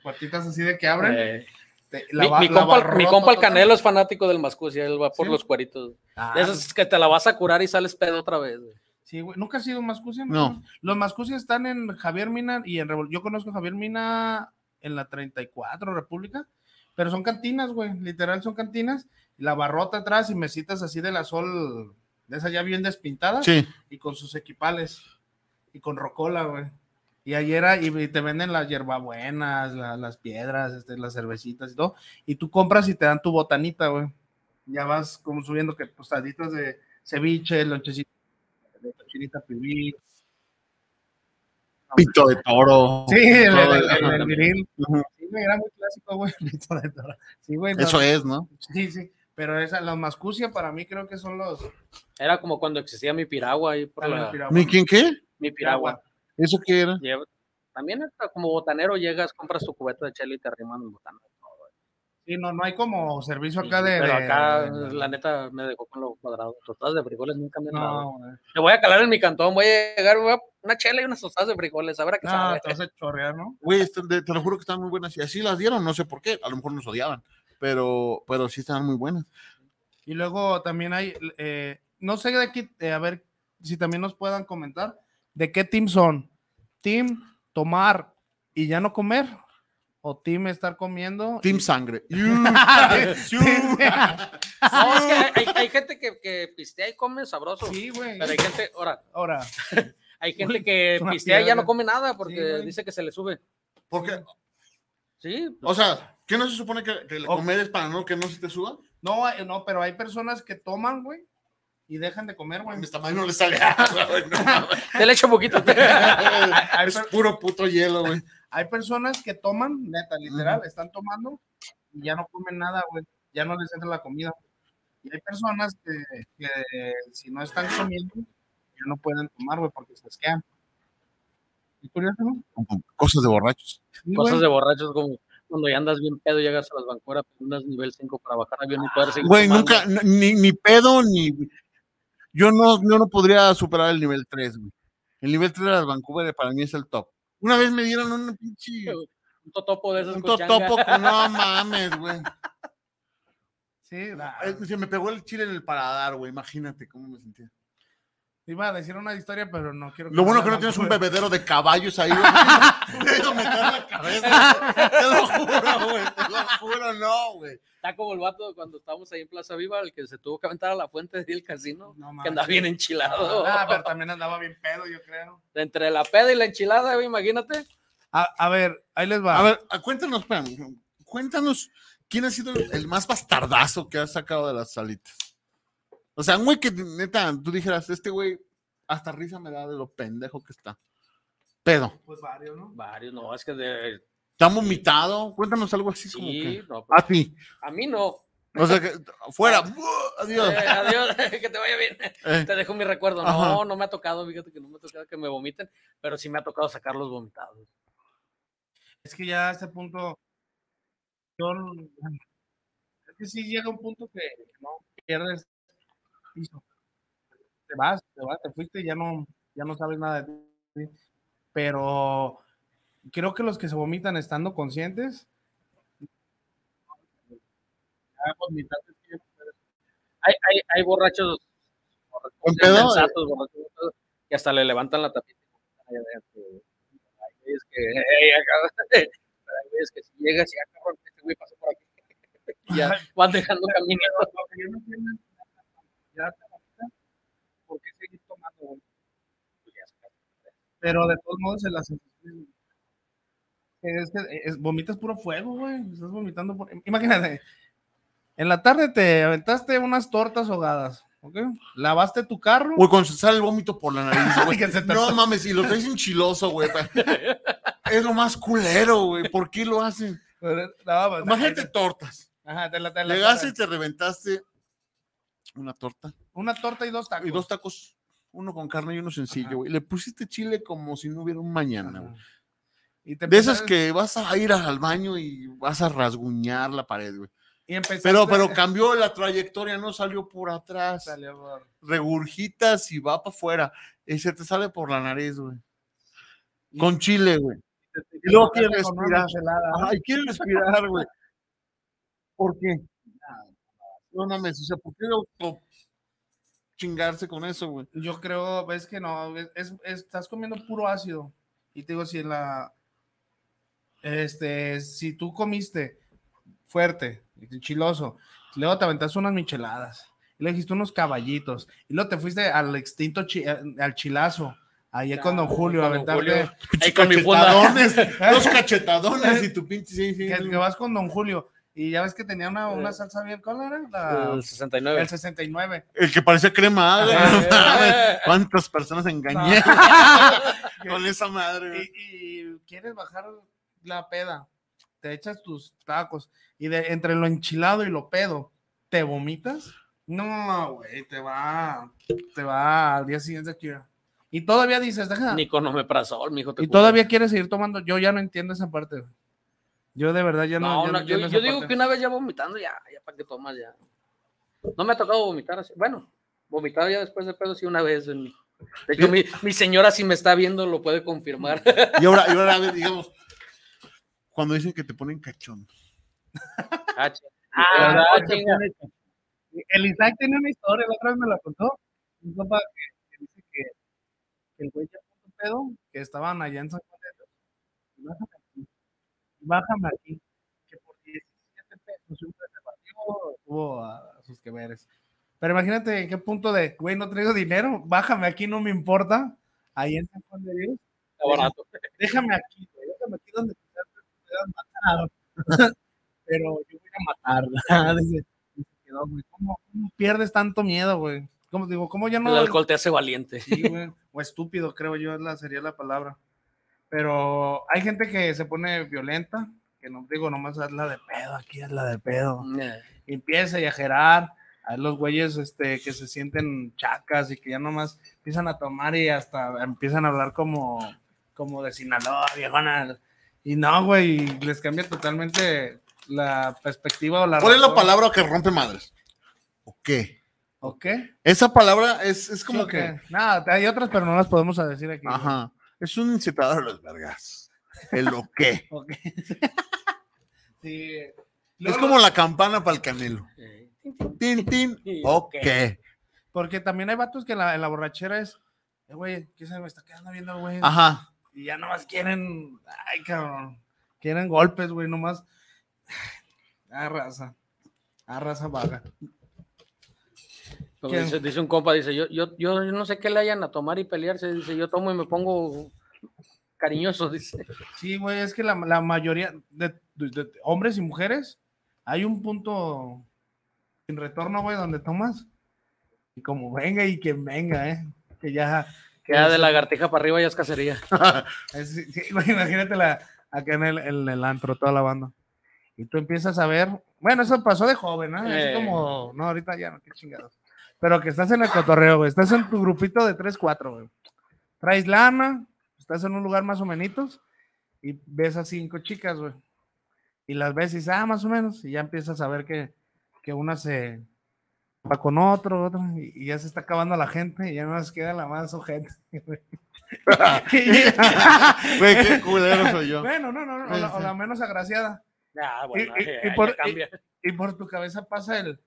Speaker 8: puertitas así de que abren.
Speaker 6: Eh,
Speaker 8: te- la
Speaker 6: mi,
Speaker 8: ba-
Speaker 6: mi
Speaker 8: la
Speaker 6: compa, mi
Speaker 8: barrota
Speaker 6: compa el
Speaker 8: total.
Speaker 6: Canelo es fanático del mascocia, él va por
Speaker 8: ¿Sí?
Speaker 6: los cueritos.
Speaker 8: Ah,
Speaker 6: De esas que te la vas a curar y sales pedo otra vez. güey.
Speaker 8: Sí, güey. ¿Nunca has sido un Mascucia?
Speaker 5: No.
Speaker 8: Los Mascucia están en Javier Mina y en Revol- Yo conozco a Javier Mina en la 34 República, pero son cantinas, güey. Literal son cantinas. La barrota atrás y mesitas así de la sol, de esas ya bien despintadas
Speaker 5: Sí.
Speaker 8: y con sus equipales y con rocola, güey. Y ayer era- y y te venden las hierbabuenas, la- las piedras, este, las cervecitas y todo. Y tú compras y te dan tu botanita, güey. Ya vas como subiendo que tostaditas de ceviche, lonchecita de cochinita pibil.
Speaker 5: Pito de toro.
Speaker 8: Sí, el,
Speaker 5: todo
Speaker 8: el-
Speaker 5: el-
Speaker 8: el- el viril.
Speaker 5: Ujú.
Speaker 8: Sí, güey, era muy clásico, güey. el Pito de Toro. Sí, güey.
Speaker 6: Eh.
Speaker 5: Eso es, ¿no?
Speaker 8: Sí, sí. Pero esa, los mascucia para mí creo que son los.
Speaker 6: Era como cuando existía mi piragua ahí por la-
Speaker 8: los piragua-
Speaker 5: ¿Ni quién qué?
Speaker 6: mi piragua.
Speaker 5: ¿Eso qué era?
Speaker 6: Lleva- también hasta como botanero llegas, compras tu cubeta de chela y te arriman botana.
Speaker 8: Sí, no, no hay como servicio acá
Speaker 6: Sí,
Speaker 8: de.
Speaker 6: Pero
Speaker 8: de-
Speaker 6: acá,
Speaker 8: de-
Speaker 6: la neta, me dejó con lo cuadrado. Tostadas de frijoles nunca me han dado.
Speaker 8: no, güey.
Speaker 6: Le voy a calar en mi cantón, voy a llegar, voy a una chela y unas tostadas de frijoles, a ver a qué
Speaker 8: no,
Speaker 6: sabe.
Speaker 8: te vas a chorrear, ¿no?
Speaker 5: Güey, están de- te lo juro que están muy buenas. Y así las dieron, no sé por qué. A lo mejor nos odiaban. Pero, pero sí estaban muy buenas.
Speaker 8: Y luego también hay, eh, no sé de aquí, eh, a ver si también nos puedan comentar de qué team son. Team tomar y ya no comer o team estar comiendo.
Speaker 5: Team Sangre.
Speaker 6: No, es que hay, hay- hay gente que, que pistea y come sabroso.
Speaker 8: sí, güey.
Speaker 6: Pero hay gente, ahora,
Speaker 8: Ahora,
Speaker 6: hay gente que
Speaker 8: es una
Speaker 6: pistea y ya no
Speaker 8: piedra.
Speaker 6: come nada porque
Speaker 8: güey.
Speaker 6: dice que se le sube.
Speaker 5: Porque,
Speaker 6: Sí, pues,
Speaker 5: o sea, ¿qué no se supone que, que el
Speaker 8: Ok.
Speaker 5: comer es para no que no se te suba?
Speaker 8: no, eh, no, pero hay personas que toman, güey, y dejan de comer,
Speaker 5: A
Speaker 8: güey.
Speaker 5: mi tamaño no le sale agua, güey, no mames.
Speaker 6: se le echa un poquito.
Speaker 8: Hay,
Speaker 5: es
Speaker 8: per-
Speaker 5: puro puto hielo, güey.
Speaker 8: hay personas que toman, neta, literal,
Speaker 5: Ujú.
Speaker 8: están tomando y ya no comen nada, güey. Ya no les entra la comida. Y hay personas que, que si no están comiendo, ya no pueden tomar, güey, porque se asquean. Es curioso, ¿no?
Speaker 5: Cosas de borrachos.
Speaker 8: Sí,
Speaker 6: Cosas
Speaker 8: güey.
Speaker 6: de borrachos como cuando ya andas bien pedo, llegas a las bancueras, andas nivel 5 para bajar avión y poder seguir.
Speaker 5: Güey,
Speaker 6: tomando.
Speaker 5: nunca, n- ni, ni pedo, ni. Yo no, yo no podría superar el nivel 3, güey. El nivel 3 de las Vancouver eh, para mí es el top. Una vez me dieron un pinche.
Speaker 6: Un totopo de esos.
Speaker 5: Un
Speaker 6: con
Speaker 5: totopo
Speaker 6: changa.
Speaker 5: con. No mames, güey.
Speaker 8: Sí, la-
Speaker 5: Eh, Se me pegó el chile en el paladar, güey. Imagínate cómo me sentía.
Speaker 8: iba a decir una historia, pero no quiero.
Speaker 5: Lo bueno que no
Speaker 8: salga,
Speaker 5: tienes un
Speaker 8: güey.
Speaker 5: bebedero de caballos ahí, güey. Te iba a meter la cabeza. Te lo juro, güey. Te lo juro, no, güey.
Speaker 6: Está como el vato cuando estábamos ahí en Plaza Viva, el que se tuvo que aventar a la fuente del casino,
Speaker 8: No
Speaker 6: que
Speaker 8: mames.
Speaker 6: andaba bien enchilado.
Speaker 8: Ah, pero también andaba
Speaker 6: Eh,
Speaker 8: bien pedo, yo creo.
Speaker 6: Entre la peda y la enchilada, güey, imagínate.
Speaker 8: A, a ver, ahí les va.
Speaker 5: A ver, a- cuéntanos, espérame. Cuéntanos quién ha sido el- el más bastardazo que has sacado de las salitas. O sea, un güey que neta, tú dijeras, este güey hasta risa me da de lo pendejo que está. Pedo.
Speaker 8: Pues varios, ¿no?
Speaker 6: Varios, no, es que de.
Speaker 5: ¿Está vomitado? Cuéntanos algo así como
Speaker 6: Sí,
Speaker 5: que.
Speaker 6: no, pero-
Speaker 5: A ti.
Speaker 6: a mí no.
Speaker 5: O sea, que fuera. Adiós.
Speaker 6: Eh, adiós, que te vaya bien.
Speaker 5: Eh.
Speaker 6: Te dejo mi recuerdo. No,
Speaker 5: Ajá.
Speaker 6: no me ha tocado, fíjate que no me ha tocado que me vomiten, pero sí me ha tocado sacar los vomitados.
Speaker 8: Es que ya a este punto, yo, no- es que sí llega un punto que no pierdes piso. Te vas, te vas, te fuiste y ya no, ya no sabes nada de ti. Pero creo que los que se vomitan estando conscientes, ya vomitar es que-
Speaker 6: Hay, hay, hay borrachos, borrachos
Speaker 5: ¿Buen pedo?
Speaker 6: insensatos, borrachos buen pedo, que hasta le levantan la tapita. y vomitan allá adentro. Hay güeyes que, "Ey, acá", pero hay güeyes que si llegas y acá, este güey pasó por aquí. Y ya van dejando camino.
Speaker 8: lo que yo no entiendo es, ya te vomitas, ¿por qué seguir tomando? güey? Pero de todos modos se las es que es- vomitas puro fuego, güey. Estás vomitando. por- Imagínate, en la tarde te aventaste unas tortas ahogadas, ¿ok? Lavaste tu carro.
Speaker 5: Güey, cuando se sale el vómito por la nariz, güey.
Speaker 8: Que se te-
Speaker 5: No mames, y lo traes enchiloso, güey. Es lo más culero, güey. ¿Por qué lo hacen?
Speaker 8: No, pues,
Speaker 5: Imagínate tortas.
Speaker 8: Ajá, te la- te la-
Speaker 5: Llegaste y te reventaste una torta
Speaker 8: Una torta y dos tacos.
Speaker 5: y dos tacos, uno con carne y uno
Speaker 8: Ajá.
Speaker 5: sencillo, güey. Le pusiste chile como si no hubiera un mañana, güey.
Speaker 8: Ajá. Y te
Speaker 5: De esas
Speaker 8: empezaste-
Speaker 5: que vas a ir al baño y vas a rasguñar la pared, güey.
Speaker 8: y empezaste-
Speaker 5: Pero, pero cambió la trayectoria, no salió por atrás.
Speaker 8: Salió por-
Speaker 5: regurgitas y va para afuera. Y se te sale por la nariz, güey. Con chile, güey. Y luego quiere
Speaker 8: Con una
Speaker 5: respirar.
Speaker 8: michelada.
Speaker 5: Ay, quiere respirar, güey. ¿Por qué? No mames, o sea, ¿por qué auto chingarse con eso, güey?
Speaker 8: Yo creo, ves que no, es, es- estás comiendo puro ácido. Y te digo, si en la, este, si tú comiste fuerte, chiloso, luego te aventaste unas micheladas, y le dijiste unos caballitos, y luego te fuiste al extinto, chi- eh, al chilazo, ayer con Don
Speaker 6: Ah,
Speaker 8: Julio, a
Speaker 6: con Don Julio.
Speaker 8: aventarte,
Speaker 6: Ahí con mi funda.
Speaker 5: Cachetadones, dos cachetadones y tu pinche. Sí, sí,
Speaker 8: que, que vas con Don Julio, y ya ves que tenía una, una
Speaker 6: Eh.
Speaker 8: salsa bien, ¿cuál era? La-
Speaker 6: El 69.
Speaker 8: el 69.
Speaker 5: El que parecía crema, güey.
Speaker 6: Ajá.
Speaker 5: No mames, ¿Cuántas personas engañé con esa madre, güey?
Speaker 8: y, y quieres bajar la peda, te echas tus tacos y de, entre lo enchilado y lo pedo, ¿te vomitas? No, güey, te va, te va al día siguiente aquí. Y todavía dices, deja.
Speaker 6: Ni con omeprazol, mijo. te
Speaker 8: Y
Speaker 6: cura.
Speaker 8: todavía quieres seguir tomando. Yo ya no entiendo esa parte. güey. Yo de verdad ya
Speaker 6: No,
Speaker 8: no. ya
Speaker 6: no,
Speaker 8: no- ya
Speaker 6: yo,
Speaker 8: no
Speaker 6: yo
Speaker 8: soporto.
Speaker 6: digo que una vez ya vomitando, ya, ya para qué tomas, ya. No me ha tocado vomitar así. Bueno, vomitar ya después de pedo, sí, una vez. en- De hecho, mi, mi señora, si me está viendo, lo puede confirmar.
Speaker 5: Y ahora, y ahora, a ver, digamos, cuando dicen que te ponen cachón.
Speaker 6: Ah, ch- ¿verdad, chinga?
Speaker 9: El Isaac tiene una historia, la otra vez me la contó. Un compa que, que dice que, que el güey ya puso un pedo, que estaban allá en San Juan de Dios. Y bájame aquí. Y bájame aquí. Que por 17
Speaker 8: pues,
Speaker 9: pesos un preservativo.
Speaker 8: Tuvo a sus que veres. Pero imagínate en qué punto de, güey, no traigo dinero, bájame aquí, no me importa. Ahí en San Juan de Dios.
Speaker 6: Está barato.
Speaker 8: Déjame aquí, güey, déjame aquí donde quizás me puedan matar. Pero yo voy a matar. ¿verdad? Dice, dice que no, güey, ¿cómo, cómo pierdes tanto miedo, güey? ¿Cómo digo? ¿Cómo ya no?
Speaker 6: El alcohol te hace valiente.
Speaker 8: Sí, güey. O estúpido, creo yo, es la, sería la palabra. Pero hay gente que se pone violenta, que no digo, nomás es la de pedo, aquí es la de pedo.
Speaker 6: Eh,
Speaker 8: Y empieza a exagerar. A los güeyes este, que se sienten chacas y que ya nomás empiezan a tomar y hasta empiezan a hablar como, como de Sinaloa, viejona. Y no, güey, les cambia totalmente la perspectiva o la.
Speaker 5: ¿Cuál es la
Speaker 8: razón.
Speaker 5: palabra que rompe madres? ¿O qué?
Speaker 8: ¿O qué?
Speaker 5: Esa palabra es, es
Speaker 8: Como
Speaker 5: como que.
Speaker 8: Nada, hay otras, pero no las podemos decir aquí. güey.
Speaker 5: Ajá. Es un incitador a los vergas. El o qué.
Speaker 8: Ok. sí.
Speaker 5: Es
Speaker 8: Luego-
Speaker 5: como la campana para el canelo.
Speaker 6: eh.
Speaker 5: Tin, tin.
Speaker 6: Sí,
Speaker 5: ¿O
Speaker 6: ok.
Speaker 5: qué?
Speaker 8: Porque también hay vatos que en la, en la borrachera es, "Eh, güey, ¿qué se me está quedando viendo, el güey?
Speaker 5: Ajá.
Speaker 8: Y ya nomás quieren, ay, cabrón, quieren golpes, güey, nomás. Ah, Arrasa, arrasa vaga.
Speaker 6: Como
Speaker 8: ¿Quién?
Speaker 6: Dice, dice un compa, dice, yo, yo, yo no sé qué le hayan a tomar y pelearse, dice, yo tomo y me pongo cariñoso, dice.
Speaker 8: Sí, güey, es que la, la mayoría de, de- de hombres y mujeres, hay un punto sin retorno, güey, donde tomas. Y como venga y quien venga, ¿eh? Que ya. que
Speaker 6: Queda de
Speaker 8: se-
Speaker 6: lagartija para arriba y es cacería.
Speaker 8: Es- sí, sí, güey, imagínate la, acá en el, en el antro, toda la banda. Y tú empiezas a ver, bueno, eso pasó de joven, ¿no? Así
Speaker 6: Eh.
Speaker 8: como, no, ahorita ya no, qué chingados. Pero que estás en el cotorreo, güey, estás en tu grupito de 3, 4, güey. Traes lana, estás en un lugar más o menos y ves a cinco chicas, güey. Y las ves y dices, ah, más o menos, y ya empiezas a ver que, que una se va con otro, otro, y, y ya se está acabando la gente, y ya nos queda la más ojete. güey.
Speaker 5: Güey, qué culero soy yo.
Speaker 8: Bueno, no, no, no, o
Speaker 5: Sí,
Speaker 8: la, o
Speaker 5: sí.
Speaker 8: la menos agraciada.
Speaker 6: Ah, bueno,
Speaker 8: y-
Speaker 6: ya-
Speaker 8: y
Speaker 6: ya
Speaker 8: por-
Speaker 6: cambia.
Speaker 8: Y por tu cabeza pasa el.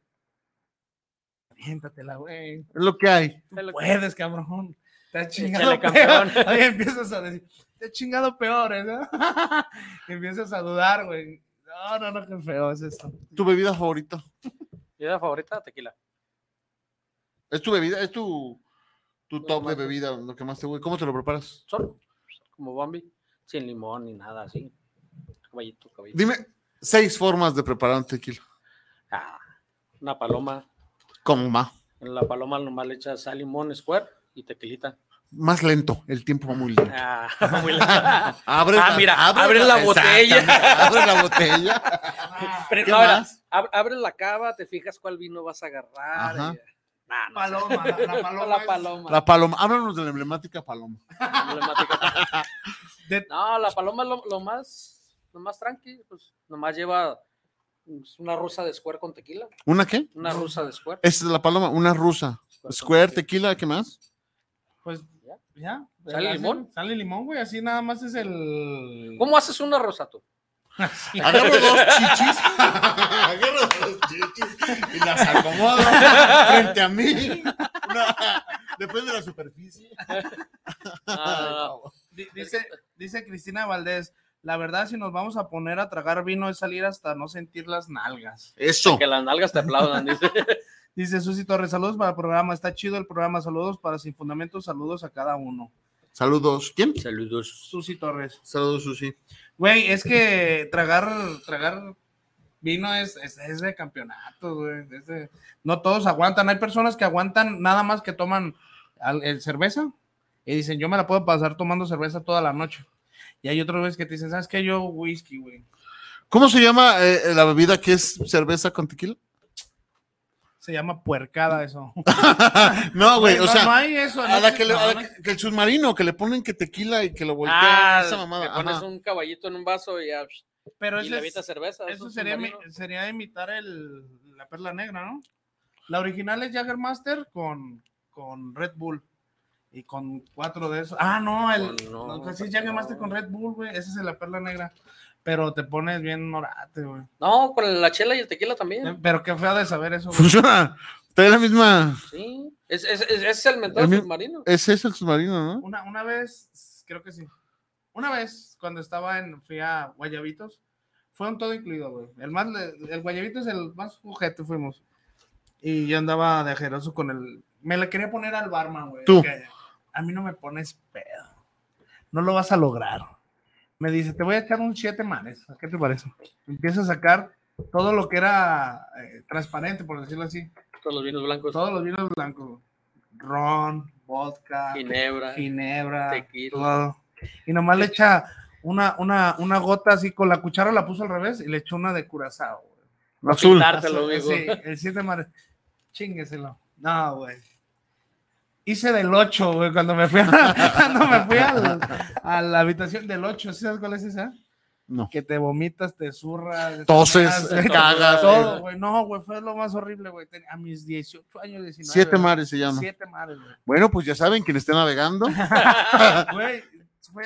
Speaker 8: Siéntatela, güey.
Speaker 5: Es lo que hay.
Speaker 6: Es lo que-
Speaker 8: Puedes, cabrón. Te has chingado.
Speaker 6: Échale,
Speaker 8: peor.
Speaker 6: campeón.
Speaker 8: Ahí empiezas a decir, te has chingado peor, ¿eh? Y empiezas a dudar, güey. No, no, no, qué feo es esto.
Speaker 5: Tu bebida favorita.
Speaker 6: Bebida favorita, tequila.
Speaker 5: Es tu bebida, es tu, tu top de bebida, lo que más te gusta. ¿Cómo te lo preparas?
Speaker 6: Solo, como Bambi, sin limón ni nada así. Caballito, caballito.
Speaker 5: Dime seis formas de preparar un tequila.
Speaker 6: Ah, una paloma.
Speaker 5: Como más.
Speaker 6: En la paloma nomás le echas sal, limón, square y tequilita.
Speaker 5: Más lento, el tiempo va muy lento.
Speaker 6: Ah, muy la-
Speaker 5: Abre
Speaker 6: Ah, mira, abre la botella.
Speaker 5: Abre la botella.
Speaker 6: Pero
Speaker 5: ¿Qué
Speaker 6: no, mira,
Speaker 5: más?
Speaker 6: ab- abres la cava, te fijas cuál vino vas a agarrar. eh.
Speaker 5: Ajá.
Speaker 6: y- ah, Nah, no sé.
Speaker 8: Paloma, la, la paloma.
Speaker 6: la
Speaker 8: es-
Speaker 6: paloma.
Speaker 5: La paloma. Háblanos de la emblemática paloma.
Speaker 6: emblemática.
Speaker 8: De-
Speaker 6: No, la paloma es lo, lo más, lo más tranqui, pues nomás lleva pues, una rusa de square con tequila,
Speaker 5: ¿Una qué?
Speaker 6: una rusa de square.
Speaker 5: Esa es la paloma, una rusa.
Speaker 6: con
Speaker 5: Square,
Speaker 6: tequila.
Speaker 5: tequila, ¿qué más?
Speaker 8: Pues ya.
Speaker 6: ¿Sale
Speaker 8: Así-
Speaker 6: limón?
Speaker 8: Sale limón, güey. Así nada más es el.
Speaker 6: ¿Cómo haces una rusa tú?
Speaker 5: Agarro dos chichis. Agarro dos chichis y las acomodo frente a mí. Una- Depende de la superficie.
Speaker 6: Ah,
Speaker 8: Di- Dice, dice Cristina Valdés, la verdad, si nos vamos a poner a tragar vino es salir hasta no sentir las nalgas.
Speaker 5: Eso.
Speaker 6: que las nalgas te aplaudan, dice.
Speaker 8: Dice Susi Torres, saludos para el programa, está chido el programa, saludos para Sin Fundamentos, saludos a cada uno.
Speaker 5: Saludos. ¿Quién?
Speaker 6: Saludos.
Speaker 8: Susi Torres.
Speaker 5: Saludos, Susi.
Speaker 8: Güey, es que tragar, tragar vino es, es, es de campeonato, güey. es de- no todos aguantan, hay personas que aguantan nada más que toman al- el cerveza y dicen, yo me la puedo pasar tomando cerveza toda la noche. Y hay otras veces que te dicen, ¿sabes qué? Yo whisky, güey.
Speaker 5: ¿Cómo se llama eh, la bebida que es cerveza con tequila?
Speaker 8: Se llama puercada eso.
Speaker 5: no, güey,
Speaker 8: no,
Speaker 5: o sea,
Speaker 8: no hay eso.
Speaker 5: a
Speaker 8: no
Speaker 5: la
Speaker 8: existe-
Speaker 5: que, le-
Speaker 8: no,
Speaker 5: a la
Speaker 8: no
Speaker 5: que- que el submarino, que le ponen que tequila y que lo voltean,
Speaker 6: Ah,
Speaker 5: esa mamada.
Speaker 6: te pones
Speaker 5: ajá.
Speaker 6: un caballito en un vaso y ya, psh,
Speaker 8: Pero
Speaker 6: y
Speaker 8: ese
Speaker 6: le
Speaker 8: es-
Speaker 6: avienta cerveza.
Speaker 8: Eso
Speaker 6: es
Speaker 8: sería, mi-
Speaker 6: submarino.
Speaker 8: sería imitar el, la perla negra, ¿no? La original es Jagger Master con, con Red Bull. Y con cuatro de esos. Ah, no, el.
Speaker 9: Oh, no,
Speaker 8: no, pues sí, Jagger Master con Red Bull, güey. Esa es la perla negra. Pero te pones bien morate, güey.
Speaker 6: No, con la chela y el tequila también.
Speaker 8: Pero qué feo de saber eso, güey.
Speaker 5: Funciona. Trae la misma.
Speaker 6: Sí. Es, es, es, es el mentado
Speaker 5: el mi-
Speaker 6: submarino.
Speaker 5: Es eso el submarino, ¿no?
Speaker 8: Una, una vez, creo que sí. Una vez, cuando estaba en, fui a Guayabitos, fue un todo incluido, güey. El más, le- el Guayabito es el más ojete fuimos. Y yo andaba de ajeroso con el, me le quería poner al barman, güey.
Speaker 5: Tú.
Speaker 8: que a mí no me pones pedo. No lo vas a lograr. Me dice, te voy a echar un siete manes. ¿Qué te parece? Empieza a sacar todo lo que era eh, transparente, por decirlo así.
Speaker 6: Todos los vinos blancos.
Speaker 8: Todos los vinos blancos. güey. Ron, vodka,
Speaker 6: Ginebra.
Speaker 8: Ah, ginebra,
Speaker 6: Tequila.
Speaker 8: todo. Y nomás le echa una, una, una gota así con la cuchara, la puso al revés y le echó una de curazao. güey.
Speaker 5: Azul.
Speaker 6: Quitártelo,
Speaker 8: Azul,
Speaker 6: amigo.
Speaker 8: sí, el 7 de marzo. Chingueselo. No, güey. Hice del 8, güey, cuando me fui, a, cuando me fui al- a la habitación del 8. ¿Sabes cuál es esa?
Speaker 5: No. eh,
Speaker 8: Que te vomitas, te zurras.
Speaker 5: Toses,
Speaker 8: te
Speaker 6: Ah,
Speaker 8: meas,
Speaker 5: cagas,
Speaker 8: Todo, güey. No, güey, fue lo más horrible, güey. Ten- A mis 18 años, 19.
Speaker 5: Siete
Speaker 8: güey.
Speaker 5: mares se llama.
Speaker 8: Siete mares, güey.
Speaker 5: Bueno, pues ya saben, quien esté navegando.
Speaker 8: Güey, fue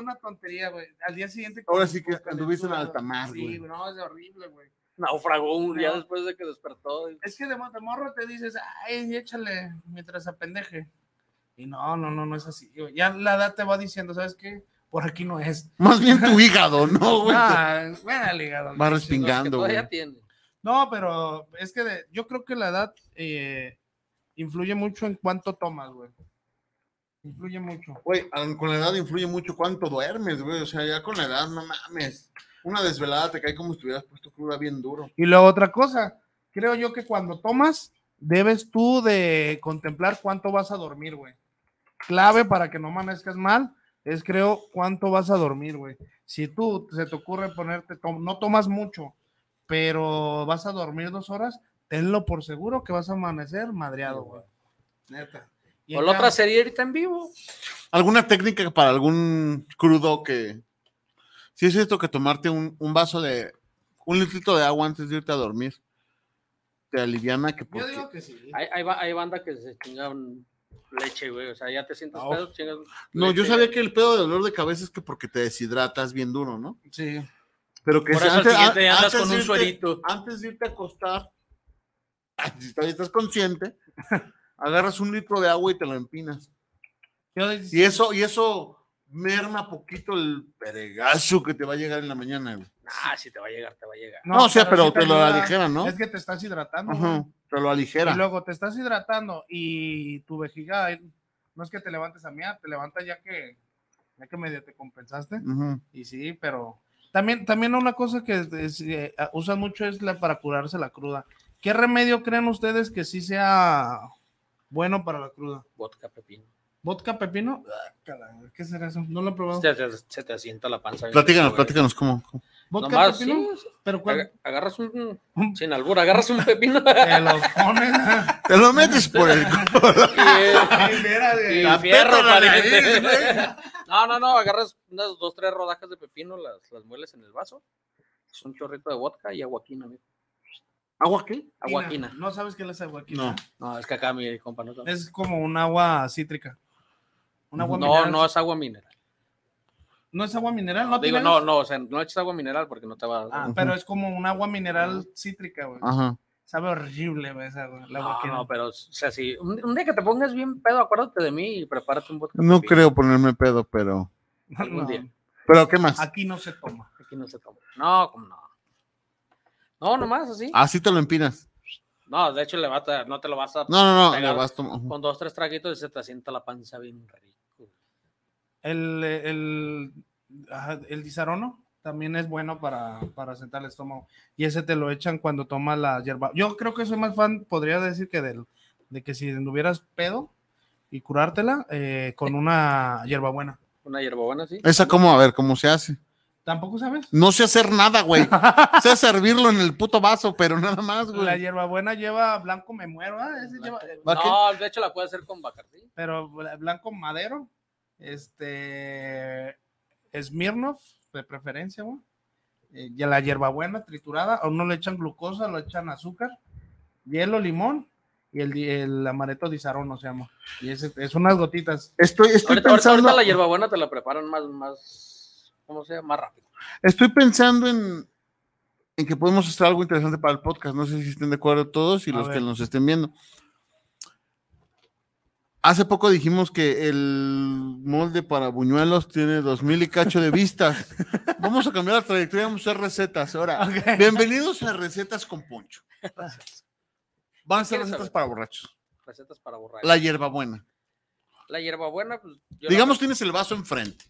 Speaker 8: una tontería, güey. Al día siguiente.
Speaker 5: Ahora sí que anduviste
Speaker 8: tuviste
Speaker 5: en alta mar, güey.
Speaker 8: Sí, no, es horrible, güey.
Speaker 6: Naufragó un día
Speaker 8: No.
Speaker 6: después de que despertó.
Speaker 8: Es que de, mo- de morro te dices, ay, échale mientras apendeje. Y no, no, no, no es así. güey. Ya la edad te va diciendo, ¿sabes qué? Por aquí no es.
Speaker 5: Más bien tu hígado, ¿no, güey?
Speaker 8: Ah, buena ligado.
Speaker 5: Va
Speaker 8: pinche.
Speaker 6: Que
Speaker 5: respingando, güey.
Speaker 6: todavía tiene.
Speaker 8: No, pero es que de- yo creo que la edad eh, influye mucho en cuánto tomas, güey. Influye mucho.
Speaker 5: Güey, a- con la edad influye mucho cuánto duermes, güey. O sea, ya con la edad, no mames. Una desvelada te cae como si tuvieras puesto cruda bien duro.
Speaker 8: Y luego otra cosa, creo yo que cuando tomas, debes tú de contemplar cuánto vas a dormir, güey. Clave para que no amanezcas mal es, creo, cuánto vas a dormir, güey. Si tú se te ocurre ponerte, to- no tomas mucho, pero vas a dormir dos horas, tenlo por seguro que vas a amanecer madreado, güey. Neta. Y
Speaker 6: O
Speaker 8: en
Speaker 6: la otra
Speaker 8: cambio-
Speaker 6: serie ahorita en vivo.
Speaker 5: ¿Alguna técnica para algún crudo que... Si es esto que tomarte un, un vaso de... Un litrito de agua antes de irte a dormir. Te aliviana que...
Speaker 8: Yo
Speaker 5: Porque...
Speaker 8: digo que sí.
Speaker 6: Hay, hay, ba- hay banda que se chingan leche, güey. O sea, ya te sientes
Speaker 8: No.
Speaker 6: pedo, chingas.
Speaker 5: No, yo
Speaker 8: Este,
Speaker 6: leche.
Speaker 5: sabía que el pedo de dolor de cabeza es que porque te deshidratas bien duro, ¿no?
Speaker 8: Sí.
Speaker 5: Pero que
Speaker 6: Por
Speaker 5: si
Speaker 6: eso al
Speaker 5: antes-
Speaker 6: siguiente
Speaker 5: a-
Speaker 6: ya andas
Speaker 5: antes
Speaker 6: con
Speaker 5: de
Speaker 6: un
Speaker 5: irte-
Speaker 6: suerito.
Speaker 5: Antes de irte a acostar, si todavía estás consciente, agarras un litro de agua y te lo empinas.
Speaker 8: Yo digo-
Speaker 5: Y eso, y eso merma poquito el peregazo que te va a llegar en la mañana, güey.
Speaker 6: Ah, si te va a llegar, te va a llegar.
Speaker 5: No, o sea, pero
Speaker 8: sí
Speaker 5: te lo
Speaker 8: ayuda.
Speaker 5: aligeran, ¿no?
Speaker 8: Es que te estás hidratando. güey.
Speaker 5: Ajá, te lo aligera.
Speaker 8: Y luego te estás hidratando y tu vejiga, eh, no es que te levantes a mear, te levantas ya que, ya que medio te compensaste.
Speaker 5: Ujú.
Speaker 8: Y sí, pero también, también una cosa que es- eh, a- usan mucho es la para curarse la cruda. ¿Qué remedio creen ustedes que sí sea bueno para la cruda?
Speaker 6: Vodka, pepino.
Speaker 8: ¿Vodka pepino? Ah, caray, ¿Qué será eso? No lo he probado.
Speaker 6: Se, te- se te asienta la panza. bien
Speaker 5: Platícanos,
Speaker 6: rico, güey.
Speaker 5: platícanos cómo. cómo.
Speaker 8: ¿Vodka
Speaker 6: Nomás,
Speaker 8: pepino?
Speaker 6: sí,
Speaker 8: ¿Pero
Speaker 6: aga-
Speaker 8: cuál?
Speaker 6: agarras un. Sin albur, agarras un pepino.
Speaker 8: Te lo pones.
Speaker 5: Te lo metes por el culo.
Speaker 6: y, eh,
Speaker 8: Ay, mira, de-
Speaker 6: y
Speaker 5: La
Speaker 6: fierro,
Speaker 5: peta la
Speaker 6: pariente.
Speaker 5: nariz,
Speaker 6: No, no, no, agarras unas dos, tres rodajas de pepino, las, las mueles en el vaso. Es un chorrito de vodka y aguaquina, amigo.
Speaker 5: ¿Agua qué?
Speaker 6: Aguaquina.
Speaker 8: No sabes qué es la aguaquina.
Speaker 5: No.
Speaker 6: No, es que acá mi compa no sabe.
Speaker 8: Es como un agua cítrica. Un agua
Speaker 6: No,
Speaker 8: mineral.
Speaker 6: no es agua mineral.
Speaker 8: ¿No es agua mineral,
Speaker 6: No,
Speaker 8: no
Speaker 6: digo,
Speaker 8: tiene
Speaker 6: no,
Speaker 8: gas?
Speaker 6: no, o sea, no eches agua mineral porque no te va a.
Speaker 8: Ah, pero es como un agua mineral cítrica, güey.
Speaker 5: Ajá.
Speaker 8: Sabe horrible, güey, esa agua. La agua
Speaker 6: Ah. no,
Speaker 8: que
Speaker 6: no, pero, o sea, si un, un día que te pongas bien pedo, acuérdate de mí y prepárate un vodka.
Speaker 5: No
Speaker 6: pepino.
Speaker 5: creo ponerme pedo, pero.
Speaker 6: algún
Speaker 8: No,
Speaker 6: día.
Speaker 5: ¿Pero qué más?
Speaker 8: Aquí no se toma.
Speaker 6: Aquí no se toma. No, como no. No, nomás así.
Speaker 5: Así te lo empinas.
Speaker 6: Ah. No, de hecho, le vas a- no te lo vas a.
Speaker 5: No, no, no.
Speaker 6: Venga,
Speaker 5: le vas tomando.
Speaker 6: Con dos, tres traguitos y se te asienta la panza bien rico.
Speaker 8: El, eh, el, ajá, el disarono también es bueno para, para sentar el estómago. Y ese te lo echan cuando tomas la hierba. Yo creo que soy más fan, podría decir que del, de que si anduvieras pedo y curártela eh, con una hierbabuena.
Speaker 6: Una hierbabuena así.
Speaker 5: Esa como, a ver, cómo se hace.
Speaker 8: ¿Tampoco sabes?
Speaker 5: No sé hacer nada, güey. sé servirlo en el puto vaso, pero nada más,
Speaker 8: La
Speaker 5: güey.
Speaker 8: hierbabuena lleva blanco me muero, ¿ah? Ese lleva-
Speaker 5: ¿Va qué?
Speaker 6: No, de hecho la puede hacer con Bacardi.
Speaker 8: pero bla- blanco madero, este Smirnoff de preferencia, güey. eh, ya la hierbabuena triturada, a uno le echan glucosa, lo echan azúcar, hielo, limón y el, di- el amaretto de no se llama. Y es, es unas gotitas.
Speaker 5: Estoy, estoy
Speaker 6: Ahorita, ahorita-
Speaker 5: pensando,
Speaker 6: ahorita la hierbabuena te la preparan más, más, ¿cómo se llama? Más rápido.
Speaker 5: estoy pensando en, en que podemos hacer algo interesante para el podcast. No sé si estén de acuerdo todos y
Speaker 8: A
Speaker 5: los que
Speaker 8: ver.
Speaker 5: nos estén viendo. Hace poco dijimos que el molde para buñuelos tiene 2000 y cacho de vistas. Vamos a cambiar la trayectoria, vamos a hacer recetas. Ahora,
Speaker 8: Ok.
Speaker 5: bienvenidos a Recetas con Poncho. Van a ser
Speaker 6: ¿Quieres
Speaker 5: recetas
Speaker 6: saber?
Speaker 5: para borrachos.
Speaker 6: Recetas para borrar.
Speaker 5: La hierbabuena.
Speaker 6: La hierbabuena, pues. yo la-
Speaker 5: Digamos, tienes el vaso enfrente.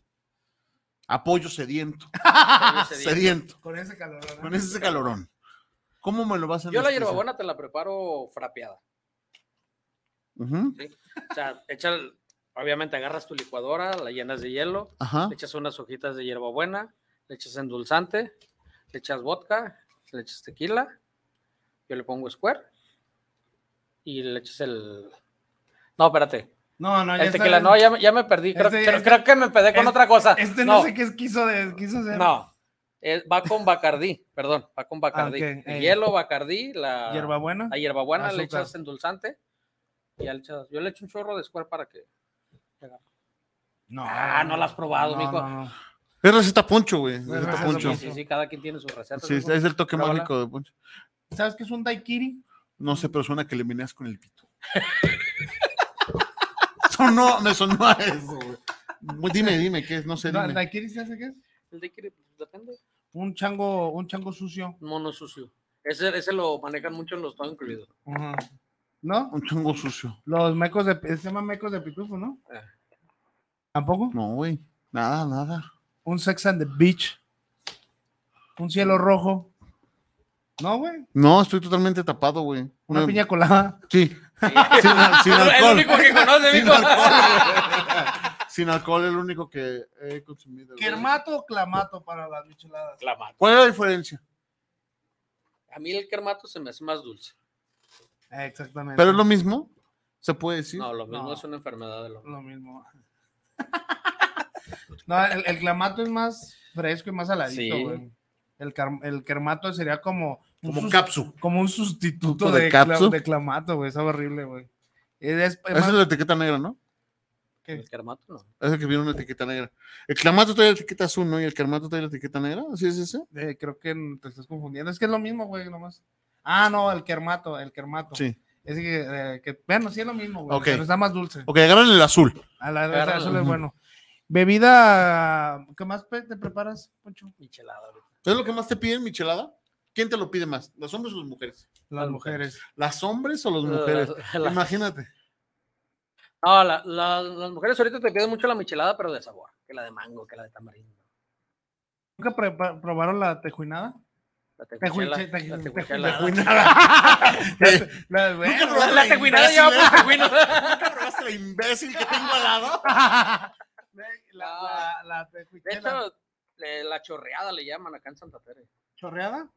Speaker 5: Apoyo sediento. Sediento.
Speaker 8: Con ese ¿eh? calor. ¿no?
Speaker 5: Con ese calorón. ¿Cómo me lo vas a
Speaker 6: Yo la
Speaker 5: anestesiar?
Speaker 6: hierbabuena te la preparo frapeada.
Speaker 5: Ujú,
Speaker 6: O sea, echa, obviamente agarras tu licuadora, la llenas de hielo,
Speaker 5: Ajá.
Speaker 6: le echas unas hojitas de hierbabuena, le echas endulzante, le echas vodka, le echas tequila, yo le pongo square y le echas el... No, espérate.
Speaker 8: No, no, ya
Speaker 6: El
Speaker 8: está
Speaker 6: tequila,
Speaker 8: bien.
Speaker 6: Este no, ya, me- ya me perdí. Creo,
Speaker 8: Este-
Speaker 6: creo-
Speaker 8: este-
Speaker 6: creo que me pedí con
Speaker 8: este-
Speaker 6: otra cosa.
Speaker 8: Este no,
Speaker 6: no,
Speaker 8: sé qué quiso, de- quiso hacer.
Speaker 6: no. Eh, va con Bacardí, perdón, va con Bacardí.
Speaker 8: ok,
Speaker 6: El
Speaker 8: eh.
Speaker 6: hielo, Bacardí, la
Speaker 8: Hierbabuena.
Speaker 6: la hierbabuena, le
Speaker 8: Azúcar.
Speaker 6: echas endulzante y ya le echas- yo le echo un chorro de square para que.
Speaker 8: No.
Speaker 6: Ah, no la has probado,
Speaker 8: No,
Speaker 6: mijo.
Speaker 8: no, no.
Speaker 5: Es receta poncho, güey.
Speaker 8: No,
Speaker 5: receta
Speaker 8: receta
Speaker 5: poncho.
Speaker 6: Sí, sí, sí, cada quien tiene sus recetas.
Speaker 5: Sí,
Speaker 6: mijo.
Speaker 5: es el toque
Speaker 6: Pruébala.
Speaker 5: mágico de poncho.
Speaker 8: ¿Sabes qué es un daiquiri?
Speaker 5: No sé, pero suena que le mineas con el pito. sonó, me sonó a eso, güey. Güey, Dime, dime, ¿qué es? No sé,
Speaker 8: No, ¿El
Speaker 5: dime.
Speaker 8: daiquiri se hace qué es?
Speaker 6: El de que- depende.
Speaker 8: Un chango, un chango sucio.
Speaker 6: Mono sucio. Ese, ese lo manejan mucho en los todo incluidos.
Speaker 8: Ajá. ¿No?
Speaker 5: Un chungo sucio.
Speaker 8: Los mecos de. Se llaman mecos de pitufo, ¿no?
Speaker 6: Ah.
Speaker 8: ¿Tampoco?
Speaker 5: No, güey. Nada, nada.
Speaker 8: Un sex and the beach. Un cielo rojo. No, güey.
Speaker 5: No, estoy totalmente tapado, güey.
Speaker 8: Una
Speaker 5: No,
Speaker 8: piña colada.
Speaker 5: Sí. Sin, al- sin
Speaker 6: El
Speaker 5: alcohol.
Speaker 6: único que conoce,
Speaker 5: sin
Speaker 6: mijo.
Speaker 5: alcohol, güey. Sin alcohol, el único que he consumido. güey.
Speaker 8: ¿Kermato o clamato para las micheladas?
Speaker 6: Clamato.
Speaker 5: ¿Cuál es la diferencia?
Speaker 6: A mí el kermato se me hace más dulce.
Speaker 8: Eh, Exactamente.
Speaker 5: ¿Pero es lo mismo? ¿Se puede decir?
Speaker 6: No, lo mismo
Speaker 8: No.
Speaker 6: es una enfermedad del hombre.
Speaker 8: Lo mismo. no, el, el clamato es más fresco y más saladito,
Speaker 6: Sí.
Speaker 8: güey. El, car- el kermato sería como. un
Speaker 5: Como
Speaker 8: sus-
Speaker 5: capsu.
Speaker 8: Como un sustituto
Speaker 5: ¿De
Speaker 8: de, cla-
Speaker 5: capsu?
Speaker 8: de clamato, güey. Es horrible, güey. Es- es
Speaker 5: Esa
Speaker 8: más-
Speaker 5: es la etiqueta negra, ¿no?
Speaker 6: El kermato no.
Speaker 5: Esa que viene una etiqueta negra. El clamato trae la etiqueta azul, ¿no? Y el carmato trae la etiqueta negra. ¿Así es ese?
Speaker 8: Eh, creo que n- te estás confundiendo. Es que es lo mismo, güey, nomás. Ah, no, el kermato, el kermato.
Speaker 5: Sí.
Speaker 8: Es que, eh, que- bueno, sí es lo mismo, güey,
Speaker 5: Ok.
Speaker 8: pero está más dulce.
Speaker 5: Ok, agarran el azul.
Speaker 8: A la
Speaker 6: Agárralo.
Speaker 8: esa- eso es
Speaker 5: Ujú.
Speaker 8: bueno. Bebida, ¿qué más pe- te preparas, Poncho?
Speaker 6: Michelada. ahorita.
Speaker 5: ¿Es lo que más te piden, Michelada? ¿Quién te lo pide más? ¿Los hombres o las mujeres?
Speaker 8: Las
Speaker 6: Las Ah,
Speaker 8: mujeres.
Speaker 5: ¿Las hombres o las mujeres?
Speaker 6: La- la-
Speaker 5: Imagínate.
Speaker 6: no, la- la- las mujeres ahorita te piden mucho la michelada, pero de sabor. Que la de mango, que la de tamarindo.
Speaker 8: ¿Nunca prepa- probaron la tejuinada?
Speaker 6: La
Speaker 8: Tejuinche-
Speaker 6: tejuela.
Speaker 8: teju-
Speaker 6: La
Speaker 8: tejuinada.
Speaker 6: tejuela.
Speaker 8: La, bueno,
Speaker 6: La, la tejuinada
Speaker 5: Imbécil,
Speaker 6: lleva por tejuino.
Speaker 5: la imbécil que tengo al lado?
Speaker 8: la, la, la
Speaker 6: De
Speaker 8: tejuinchela.
Speaker 6: hecho, eh, la chorreada le llaman acá en Santa Tere.
Speaker 8: ¿Chorreada?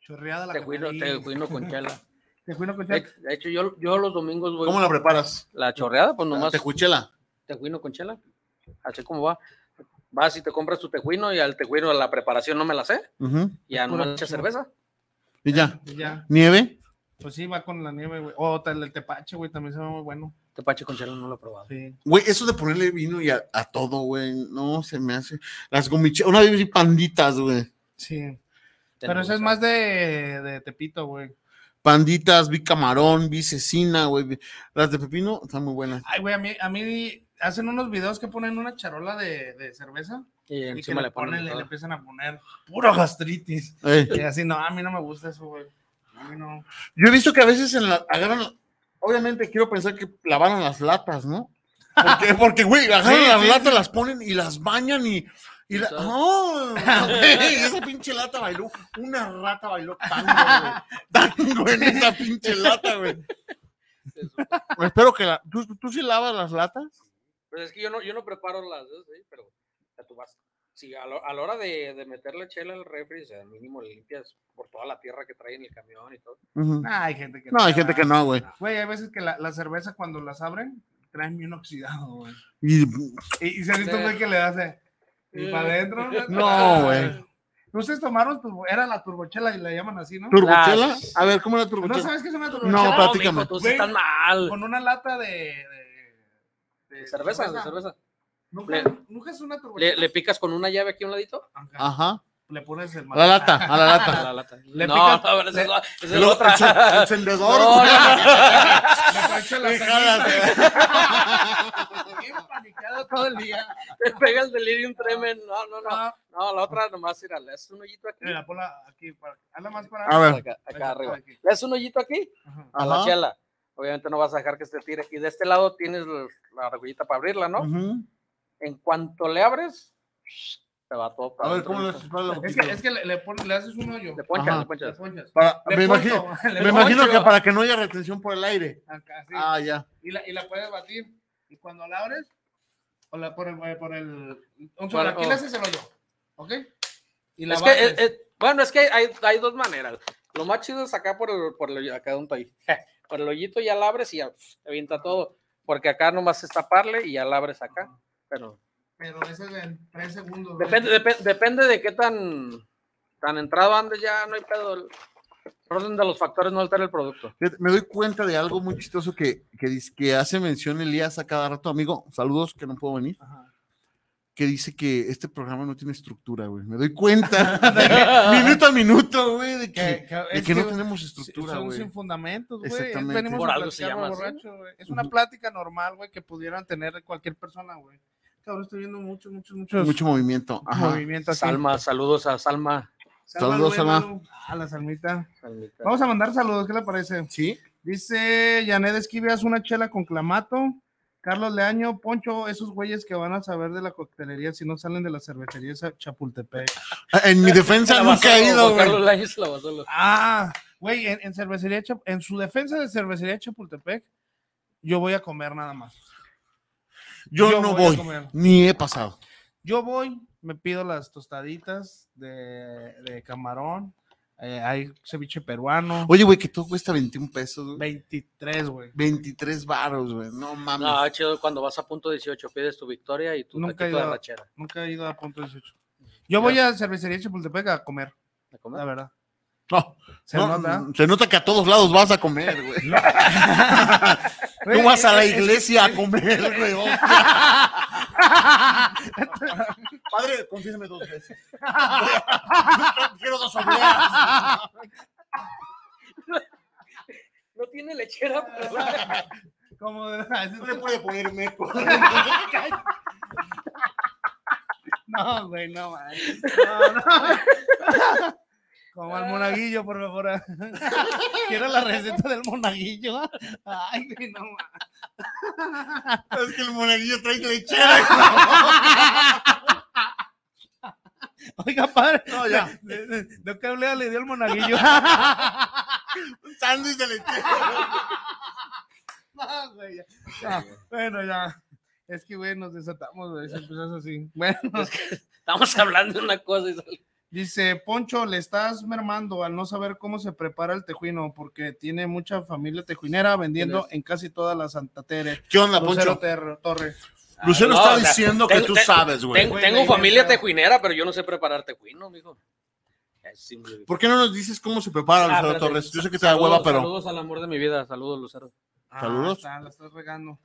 Speaker 8: Chorreada la
Speaker 6: Tejuino,
Speaker 8: canelilla.
Speaker 6: tejuino con chela.
Speaker 8: Tejuino con
Speaker 6: De,
Speaker 8: chela.
Speaker 6: de hecho, yo, yo los domingos voy.
Speaker 5: ¿Cómo la preparas?
Speaker 6: La chorreada, pues
Speaker 5: ¿La
Speaker 6: nomás
Speaker 5: Tejuchela.
Speaker 6: tejuino con chela. Así como va. Vas y te compras tu tejuino y al tejuino la preparación no me la sé. Ya no
Speaker 8: Puro
Speaker 6: me echa
Speaker 8: chorro.
Speaker 6: cerveza.
Speaker 5: Y ya.
Speaker 8: Y Ya.
Speaker 5: ¿Nieve?
Speaker 8: Pues sí, va con la nieve, güey. O tal- el tepache, güey, también se ve muy bueno.
Speaker 6: Tepache con chela no lo he probado.
Speaker 8: Sí.
Speaker 5: Güey, eso de ponerle vino y a, a todo, güey. No, se me hace. Las gomichelas. Una vez vi panditas, güey.
Speaker 8: Sí.
Speaker 6: Tengo
Speaker 8: Pero eso es
Speaker 6: gusto.
Speaker 8: más de, de Tepito, güey.
Speaker 5: Panditas, vi camarón, vi cecina, güey. vi- Las de pepino están muy buenas.
Speaker 8: Ay, güey, a mí, a mí hacen unos videos que ponen una charola de, de cerveza
Speaker 6: Y
Speaker 8: y que
Speaker 6: encima
Speaker 8: le,
Speaker 6: le ponen.
Speaker 8: ponen, le,
Speaker 6: todo.
Speaker 8: le empiezan a poner puro gastritis.
Speaker 5: Ey.
Speaker 8: Y así, no, a mí no me gusta eso, güey. A mí no.
Speaker 5: Yo he visto que a veces en la, agarran. Obviamente quiero pensar que lavaron las latas, ¿no? Porque, porque güey, agarran
Speaker 8: Sí,
Speaker 5: las
Speaker 8: sí,
Speaker 5: latas, las ponen y las bañan y. y la-
Speaker 6: Todo.
Speaker 5: ¡Oh! güey, esa pinche lata bailó. Una rata bailó tango, güey. Tango en esa pinche lata, güey. Pues Espero que la. ¿Tú, tú sí lavas las latas?
Speaker 6: Pues es que yo no, yo no preparo las dos, ¿sí? pero o sea, tú vas. Sí, a, lo- a la hora de, de meter la chela al refri, o sea, mínimo le limpias por toda la tierra que trae en el camión y todo.
Speaker 5: Ujú.
Speaker 8: Ah, hay gente que
Speaker 5: No, hay gente
Speaker 8: va.
Speaker 5: que no, güey.
Speaker 8: Güey, hay veces que la, la cerveza cuando las abren traen bien oxidado, güey.
Speaker 5: Y-
Speaker 8: Y, y se ha visto un güey que le hace. Y para adentro.
Speaker 5: No, güey.
Speaker 8: ¿No ustedes tomaron? turbo- Era la turbochela y la llaman así, ¿no? Ah,
Speaker 5: ¿Turbochela? A ver, ¿cómo era la turbochela?
Speaker 8: ¿No sabes qué es una
Speaker 5: No,
Speaker 8: turbochela?
Speaker 5: platícame. No, mijo, todos
Speaker 8: Güey,
Speaker 5: están mal.
Speaker 8: Con una lata de... de, de
Speaker 6: cerveza, de cerveza.
Speaker 8: Nunca,
Speaker 6: Le-
Speaker 8: nunca es una turbochela.
Speaker 6: ¿Le, le picas con una llave aquí a un ladito?
Speaker 5: Ajá.
Speaker 8: Le pones el
Speaker 5: A la lata, a la lata.
Speaker 6: A la lata.
Speaker 5: Le
Speaker 6: no, no,
Speaker 5: picas-
Speaker 6: pero esa es la- esa es
Speaker 5: Luego
Speaker 6: la otra.
Speaker 5: el encendedor,
Speaker 6: No,
Speaker 5: güey.
Speaker 6: no,
Speaker 5: Le
Speaker 8: parche
Speaker 6: no.
Speaker 8: la
Speaker 6: Bien
Speaker 8: paniqueado todo el día.
Speaker 6: Te pega el delirium tremens. No, no, no. No, la otra nomás, mira, le haces un hoyito aquí.
Speaker 8: Ah. Mira, ponla aquí. Para, hazla más para...
Speaker 6: A ver. Acá, acá
Speaker 8: Venga,
Speaker 6: arriba.
Speaker 8: aquí.
Speaker 6: Le haces un hoyito aquí a la
Speaker 8: Ajá.
Speaker 6: chela. Obviamente no vas a dejar que se tire. Y de este lado tienes la la argollita para abrirla, ¿no? En cuanto le abres, te va todo para adentro.
Speaker 8: Es que, es que le, le pon- le haces un hoyo. Le
Speaker 6: ponchas, le Ah, ponchas.
Speaker 5: Para-
Speaker 8: Le
Speaker 5: me
Speaker 8: poncho,
Speaker 5: imagino,
Speaker 8: le
Speaker 5: me imagino
Speaker 8: poncho.
Speaker 5: que para que no haya retención por el aire.
Speaker 8: Acá, sí.
Speaker 5: Ah, ya.
Speaker 8: Y la, y la puedes batir. Y cuando la abres, o la por el. Por el un
Speaker 6: Por-
Speaker 8: sobre- aquí
Speaker 6: o-
Speaker 8: le haces el hoyo. ¿Ok? Y la
Speaker 6: Es que,
Speaker 8: bates.
Speaker 6: eh, eh, bueno, es que hay, hay dos maneras. Lo más chido es acá por el, por el hoyo- acá donde estoy. Por el hoyito ya la abres y ya pf, te avienta todo. Porque acá nomás es taparle y ya la abres acá. Pero
Speaker 8: Pero ese es en tres segundos. güey.
Speaker 6: depende, depe- depende de qué tan, tan entrado andes, ya no hay pedo. El orden de los factores no altera el producto.
Speaker 5: Fíjate, Me doy cuenta de algo muy chistoso que, que, dice, que hace mención Elías a cada rato, amigo. Saludos, que no puedo venir. Que dice que este programa no tiene estructura, güey. Me doy cuenta. de que minuto a minuto, güey, de
Speaker 8: Que-
Speaker 5: que,
Speaker 8: que-
Speaker 5: de
Speaker 8: Eh, es
Speaker 5: que no
Speaker 8: que
Speaker 5: tenemos estructura,
Speaker 8: Son
Speaker 5: güey.
Speaker 8: sin fundamentos, güey.
Speaker 5: Exactamente.
Speaker 8: Venimos
Speaker 5: Por
Speaker 8: a
Speaker 5: algo se
Speaker 8: platicar
Speaker 5: llama
Speaker 8: lo
Speaker 5: así.
Speaker 8: borracho, güey. Es una plática normal, güey, que pudieran tener cualquier persona, güey. Cabrón, estoy viendo muchos, muchos, muchos.
Speaker 5: Mucho movimiento. Ajá.
Speaker 8: movimiento así.
Speaker 6: Salma, saludos a Salma.
Speaker 8: Salma,
Speaker 5: Saludos,
Speaker 8: güey,
Speaker 5: Salma.
Speaker 8: Manu. A la salmita.
Speaker 6: Salmita.
Speaker 8: Vamos a mandar saludos, ¿qué le parece?
Speaker 5: Sí.
Speaker 8: Dice Janet Esquivias, una chela con clamato. Carlos Leaño, Poncho, esos güeyes que van a saber de la coctelería si no salen de la cervecería Cha- Chapultepec.
Speaker 5: Ah, En mi defensa nunca he ido, güey.
Speaker 8: Ah, güey, en, en cervecería, Chap- en su defensa de cervecería Chapultepec, yo voy a comer nada más.
Speaker 5: Yo,
Speaker 8: Yo
Speaker 5: no
Speaker 8: voy a
Speaker 5: voy,
Speaker 8: comer.
Speaker 5: ni he pasado.
Speaker 8: Yo voy, me pido las tostaditas de, de camarón, eh, hay ceviche peruano.
Speaker 5: Oye, güey, que todo cuesta 21 pesos, güey.
Speaker 8: 23, güey.
Speaker 5: 23 baros, güey. No mames.
Speaker 6: No, chido, cuando vas a punto 18 pides tu victoria y tu
Speaker 8: Nunca he
Speaker 6: taquito de
Speaker 8: ido a-
Speaker 6: rachera.
Speaker 8: Nunca he ido a punto 18. Yo voy a cervecería Chapultepec a comer,
Speaker 6: ¿A comer?
Speaker 8: la verdad.
Speaker 5: No,
Speaker 8: ¿Se
Speaker 5: no,
Speaker 8: nota?
Speaker 5: Se nota que a todos lados vas a comer, güey. Tú vas a la iglesia a comer, güey. Padre, confírmeme dos veces. Quiero dos obleas.
Speaker 6: No tiene lechera, pero...
Speaker 8: Como de-
Speaker 5: No le puede poner meco.
Speaker 8: No, güey, no, man. No, no. Como
Speaker 5: Ah.
Speaker 8: al monaguillo, por favor. Quiero la receta del monaguillo. Ay, güey, no, man.
Speaker 5: Es que el monaguillo trae lechera.
Speaker 8: Oiga, padre.
Speaker 5: No, ya.
Speaker 8: de- de- de qué hablea le dio el monaguillo?
Speaker 5: Un sándwich de lechera.
Speaker 8: No, güey, ya. No, bueno, ya. Es que, güey, nos desatamos, güey, si empezás así. Bueno,
Speaker 6: Estamos hablando de una cosa y sale-
Speaker 8: dice Poncho, le estás mermando al no saber cómo se prepara el tejuino, porque tiene mucha familia tejuinera vendiendo en casi todas las Santa Tere.
Speaker 5: ¿Qué onda,
Speaker 8: Lucero
Speaker 5: Poncho?
Speaker 8: Ter- Torre.
Speaker 5: Lucero
Speaker 6: No,
Speaker 5: está
Speaker 6: o sea,
Speaker 5: diciendo que
Speaker 6: tengo-
Speaker 5: tú
Speaker 6: tengo-
Speaker 5: sabes, güey.
Speaker 6: Tengo,
Speaker 8: Güey,
Speaker 6: tengo
Speaker 8: la idea
Speaker 6: familia
Speaker 8: está-
Speaker 6: tejuinera, pero yo no sé preparar tejuino, mijo. Es simple.
Speaker 5: ¿Por qué no nos dices cómo se prepara
Speaker 6: Ah,
Speaker 5: Lucero
Speaker 6: espérate.
Speaker 5: Torres? Yo sé que te da hueva,
Speaker 6: Saludos,
Speaker 5: pero.
Speaker 6: Saludos al amor de mi vida, saludos, Lucero.
Speaker 8: Ah,
Speaker 5: Saludos.
Speaker 8: está, la estás regando.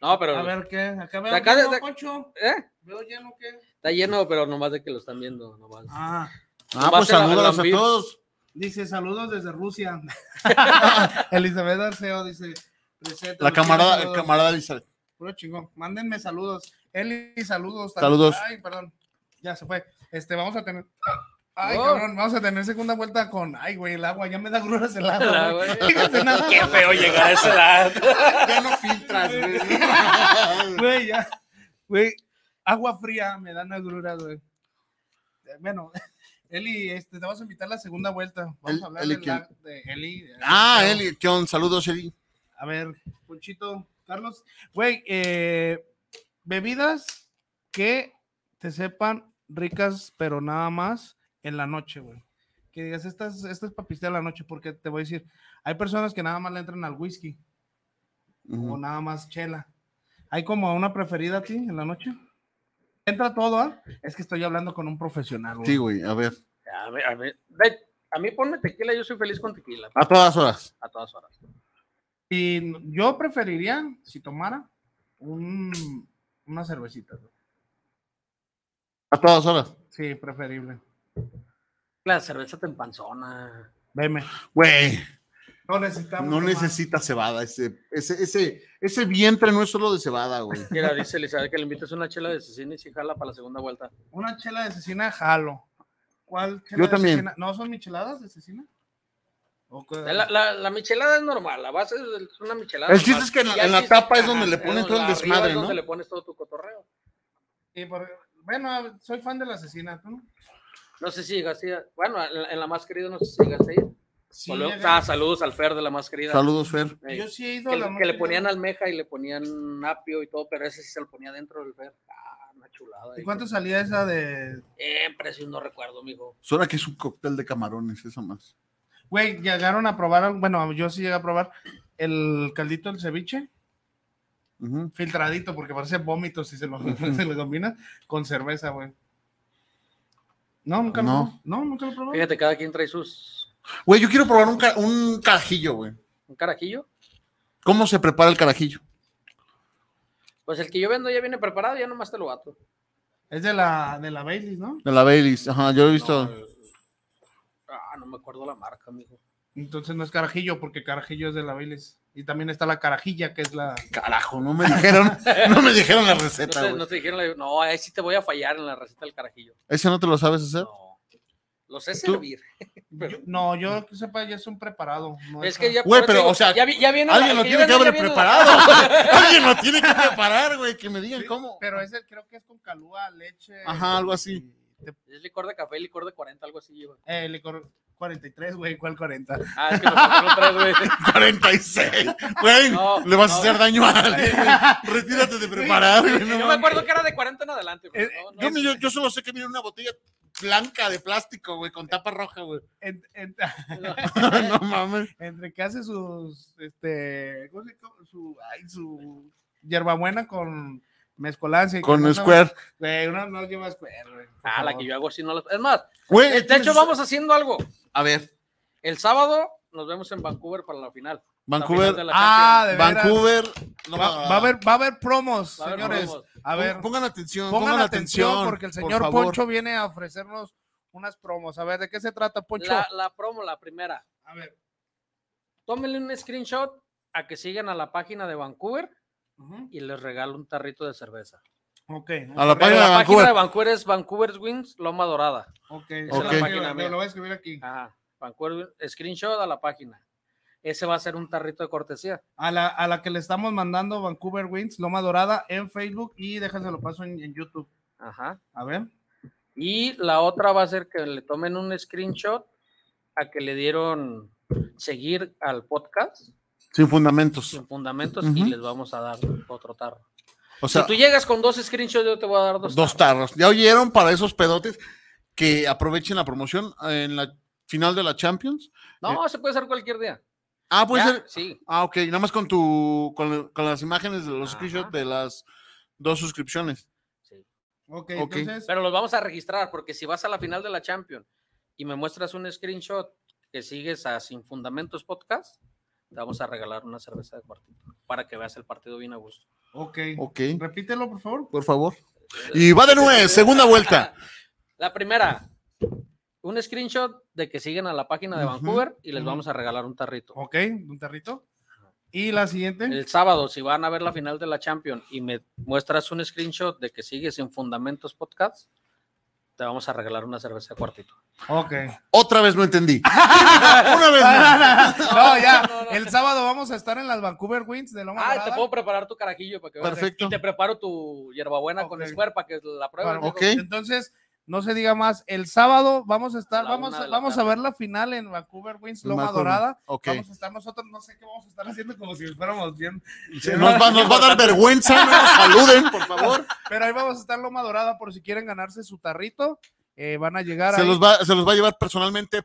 Speaker 6: No, pero.
Speaker 8: A ver qué, acá veo
Speaker 6: De acá,
Speaker 8: lleno,
Speaker 6: de- de-
Speaker 8: Poncho.
Speaker 6: ¿eh?
Speaker 8: Veo lleno que.
Speaker 6: Está lleno, pero nomás de que lo están viendo. Nomás.
Speaker 8: Ah,
Speaker 5: Ah,
Speaker 6: Va a
Speaker 5: pues
Speaker 6: ser la
Speaker 5: saludos a
Speaker 6: Gran Beats.
Speaker 5: todos.
Speaker 8: dice saludos desde Rusia. Elizabeth Arceo dice presente.
Speaker 5: La
Speaker 8: los
Speaker 5: camarada,
Speaker 8: quiero,
Speaker 5: el
Speaker 8: saludos.
Speaker 5: camarada Elizabeth.
Speaker 8: Puro chingón. Mándenme saludos. Eli, saludos.
Speaker 5: Saludos.
Speaker 8: Ay, perdón. Ya se fue. Este, vamos a tener. Ay,
Speaker 6: Oh.
Speaker 8: cabrón, vamos a tener segunda vuelta con. Ay, güey, el agua. Ya me da gruras el agua.
Speaker 6: La-
Speaker 8: güey.
Speaker 6: güey.
Speaker 8: Fíjate nada.
Speaker 6: Qué feo llegar a esa edad.
Speaker 5: Ya no filtras, güey.
Speaker 8: Güey, ya. Güey, agua fría me dan agruras, güey. Eh, Bueno, Eli, este, te vas a invitar a la segunda vuelta. Vamos
Speaker 5: El-
Speaker 8: a hablar
Speaker 5: Eli,
Speaker 8: del lag de Eli.
Speaker 5: Ah,
Speaker 8: Pero,
Speaker 5: Eli, ¿qué onda? Saludos, Eli.
Speaker 8: A ver, Ponchito, Carlos. Güey, eh, bebidas que te sepan ricas, pero nada más en la noche, güey. Que digas, estas, estas es papiste a la noche, porque te voy a decir, hay personas que nada más le entran al whisky o nada más chela. ¿Hay como una preferida a ti en la noche? Entra todo, ¿ah? Es que estoy hablando con un profesional, güey.
Speaker 5: Sí, güey, a ver.
Speaker 6: A mí, a mí, de- a mí ponme tequila, yo soy feliz con tequila.
Speaker 5: A todas horas.
Speaker 6: A todas horas.
Speaker 8: Y yo preferiría, si tomara, un, una cervecita. güey.
Speaker 5: A todas horas.
Speaker 8: Sí, preferible.
Speaker 6: La cerveza te empanzona.
Speaker 8: Veme.
Speaker 5: Güey,
Speaker 8: No necesitamos.
Speaker 5: no
Speaker 8: tomar.
Speaker 5: necesita cebada. Ese, ese, ese, ese vientre no es solo de cebada, güey.
Speaker 6: Mira, dice Elizabeth que le invites una chela de cecina y si jala para la segunda vuelta.
Speaker 8: Una chela de cecina, jalo. ¿Cuál chela
Speaker 5: Yo
Speaker 8: de
Speaker 5: también.
Speaker 8: cecina? ¿No son micheladas de cecina? ¿O qué?
Speaker 6: La, la- la michelada es normal, la base es una michelada.
Speaker 5: El chiste
Speaker 6: normal.
Speaker 5: es que en la-
Speaker 6: Y al
Speaker 5: en la
Speaker 6: chiste-
Speaker 5: tapa es donde le
Speaker 6: es
Speaker 5: ponen todo el
Speaker 6: arriba es
Speaker 5: desmadre, ¿no?
Speaker 6: donde le pones todo tu cotorreo.
Speaker 8: Sí, porque- bueno, soy fan de la cecina. ¿tú?
Speaker 6: No sé si llegaste a- Bueno, en la, en la más querida no sé si llegaste a ir.
Speaker 8: Sí,
Speaker 6: Volvemos-
Speaker 8: llegué.
Speaker 6: ah, saludos al Fer de la más querida.
Speaker 5: Saludos, Fer.
Speaker 6: Eh,
Speaker 8: Yo sí he ido
Speaker 6: que,
Speaker 8: a la
Speaker 6: le-
Speaker 8: más
Speaker 6: que le
Speaker 8: querida.
Speaker 6: ponían almeja y le ponían apio y todo, pero ese sí se lo ponía dentro del Fer. Ah, una chulada.
Speaker 8: ¿Y cuánto salía esa de...?
Speaker 6: Eh, precio no recuerdo, mijo.
Speaker 5: Suena que es un cóctel de camarones, eso más.
Speaker 8: Güey, llegaron a probar, al- bueno, yo sí llegué a probar el caldito del ceviche,
Speaker 5: Ujú.
Speaker 8: filtradito, porque parece vómito si se lo, se lo combina, con cerveza, güey. No, nunca
Speaker 5: No.
Speaker 8: lo No, nunca lo probé.
Speaker 6: Fíjate, cada quien trae sus.
Speaker 5: Güey, yo quiero probar un, ca- un carajillo, güey.
Speaker 6: ¿Un carajillo?
Speaker 5: ¿Cómo se prepara el carajillo?
Speaker 6: Pues el que yo vendo ya viene preparado, ya nomás te lo bato.
Speaker 8: Es de la, de la Baileys, ¿no?
Speaker 5: De la Baileys. Ajá, yo he visto.
Speaker 6: Ah, no me acuerdo la marca, mijo.
Speaker 8: Entonces no es carajillo, porque carajillo es de la Baileys. Y también está la carajilla, que es la...
Speaker 5: Carajo, no me dijeron, no me dijeron la receta,
Speaker 6: no,
Speaker 5: güey.
Speaker 6: te, no te dijeron, la- no, ahí sí te voy a fallar en la receta del carajillo.
Speaker 5: ¿Ese no te lo sabes hacer?
Speaker 6: No. Lo sé
Speaker 5: ¿Tú?
Speaker 6: servir. Pero-
Speaker 8: No, yo que sepa, ya es un preparado. no
Speaker 6: es que ya.
Speaker 5: Güey,
Speaker 6: por eso
Speaker 5: pero,
Speaker 6: digo,
Speaker 5: o sea,
Speaker 6: ya, vi- ya viene la-
Speaker 5: Alguien lo
Speaker 6: el
Speaker 5: tiene que
Speaker 6: yo vendo,
Speaker 5: haber
Speaker 6: ya viene la-
Speaker 5: preparado. güey. Alguien lo tiene que preparar, güey. Que me digan cómo.
Speaker 8: Pero ese creo que es con calúa, leche...
Speaker 5: Ajá, algo así.
Speaker 8: y te-
Speaker 6: Es licor de café, licor de 40, algo así lleva.
Speaker 8: eh, licor 43, güey, ¿cuál 40?
Speaker 6: Ah, es que lo compré otra vez, güey.
Speaker 5: 46. Güey,
Speaker 6: No,
Speaker 5: le vas a
Speaker 6: no.
Speaker 5: hacer daño a alguien. güey. Retírate de preparar, güey. no
Speaker 6: Yo me
Speaker 5: mames.
Speaker 6: acuerdo que era de 40 en adelante. güey.
Speaker 8: Eh,
Speaker 6: No, no,
Speaker 5: Yo, me- yo- yo solo sé que viene una botella blanca de plástico, güey, con tapa roja, güey.
Speaker 8: En- en-
Speaker 6: no.
Speaker 5: no mames.
Speaker 8: entre que hace sus, este, ¿cómo se llama? su, ay, su hierbabuena con mezcolancia. y
Speaker 5: Con
Speaker 8: una-
Speaker 5: Square.
Speaker 8: Güey, una no lleva Square, güey. por
Speaker 6: Ah, la
Speaker 8: favor.
Speaker 6: que yo hago así no la. Es más,
Speaker 8: Eh,
Speaker 5: Güey,
Speaker 6: de
Speaker 5: entonces-
Speaker 6: hecho, vamos haciendo algo.
Speaker 5: A ver,
Speaker 6: El sábado nos vemos en Vancouver para la final. La final de
Speaker 5: Vancouver.
Speaker 6: la
Speaker 8: Ah, de veras.
Speaker 5: Vancouver.
Speaker 8: Va,
Speaker 5: no,
Speaker 8: va a haber, va a haber promos,
Speaker 6: Va a haber
Speaker 8: señores.
Speaker 6: promos.
Speaker 8: A ver, pongan,
Speaker 5: Pongan atención. Pongan,
Speaker 8: atención, porque el
Speaker 5: por
Speaker 8: señor
Speaker 5: favor.
Speaker 8: Poncho viene a ofrecernos unas promos. A ver, ¿de qué se trata, Poncho?
Speaker 6: La, la promo, la primera.
Speaker 8: A ver.
Speaker 6: Tómenle un screenshot a que sigan a la página de Vancouver
Speaker 8: Ujú.
Speaker 6: y les regalo un tarrito de cerveza.
Speaker 8: Ok.
Speaker 5: A
Speaker 6: Pero
Speaker 5: la página de
Speaker 6: la página de
Speaker 5: Vancouver.
Speaker 6: Vancouver es Vancouver's Wings Loma Dorada.
Speaker 8: Ok.
Speaker 5: la Ok.
Speaker 6: página
Speaker 8: Lo-
Speaker 6: mía.
Speaker 8: Lo voy a escribir aquí.
Speaker 6: Ajá. Vancouver, screenshot a la página. Ese va a ser un tarrito de cortesía.
Speaker 8: A la, a la que le estamos mandando Vancouver Wings, Loma Dorada, en Facebook y déjenselo paso en, en YouTube.
Speaker 6: Ajá.
Speaker 8: A ver.
Speaker 6: Y la otra va a ser que le tomen un screenshot a que le dieron seguir al podcast
Speaker 5: Sin fundamentos.
Speaker 6: sin fundamentos y
Speaker 5: Ujú.
Speaker 6: les vamos a dar otro tarro.
Speaker 5: O sea,
Speaker 6: si tú llegas con dos screenshots, yo te voy a dar dos.
Speaker 5: dos tarros. ¿Ya oyeron para esos pedotes que aprovechen la promoción en la final de la Champions?
Speaker 6: No, se puede hacer cualquier día.
Speaker 5: Ah, eh, puede
Speaker 6: Ya,
Speaker 5: ser.
Speaker 6: Sí.
Speaker 5: Ah, ok. Nada más con tu. con, con las imágenes de los
Speaker 6: Ajá.
Speaker 5: screenshots de las dos suscripciones.
Speaker 6: sí.
Speaker 8: Ok,
Speaker 5: Ok.
Speaker 8: entonces.
Speaker 6: Pero los vamos a registrar porque si vas a la final de la Champions y me muestras un screenshot que sigues a Sin Fundamentos Podcast, te vamos a regalar una cerveza de partido para que veas el partido bien a gusto.
Speaker 8: Ok.
Speaker 5: Ok.
Speaker 8: Repítelo, por favor.
Speaker 5: Por favor. Y va de nuez, segunda vuelta.
Speaker 6: La primera, un screenshot de que siguen a la página de
Speaker 5: Ujú,
Speaker 6: Vancouver y les
Speaker 8: ujú.
Speaker 6: vamos a regalar un tarrito.
Speaker 8: Ok, un tarrito. Y la siguiente.
Speaker 6: El sábado, si van a ver la final de la Champions y me muestras un screenshot de que sigues en Fundamentos Podcast, te vamos a regalar una cerveza de cuartito.
Speaker 8: Ok.
Speaker 5: Otra vez no entendí. Una vez más.
Speaker 8: No, ya. El sábado vamos a estar en las Vancouver Wings de Loma
Speaker 6: Ah, te
Speaker 8: Dorada.
Speaker 6: puedo preparar tu carajillo para que veas.
Speaker 5: Perfecto.
Speaker 6: Y te preparo tu hierbabuena
Speaker 8: Ok.
Speaker 6: con Square para que la pruebes.
Speaker 8: Bueno,
Speaker 6: mijo.
Speaker 5: ok.
Speaker 8: Entonces, no se diga más. El sábado vamos a estar,
Speaker 6: A la
Speaker 8: vamos,
Speaker 6: una de
Speaker 8: a-
Speaker 6: la
Speaker 8: vamos a
Speaker 6: tarde.
Speaker 8: ver la final en Vancouver Wings, Loma
Speaker 5: Vancouver,
Speaker 8: Dorada.
Speaker 5: ok.
Speaker 8: Vamos a estar nosotros, no sé qué vamos a estar haciendo como si fuéramos bien.
Speaker 5: Nos va, nos va a dar vergüenza. No nos saluden, por favor.
Speaker 8: Pero ahí vamos a estar Loma Dorada por si quieren ganarse su tarrito. eh, van a llegar
Speaker 5: Se
Speaker 8: ahí.
Speaker 5: los va, se los va a llevar personalmente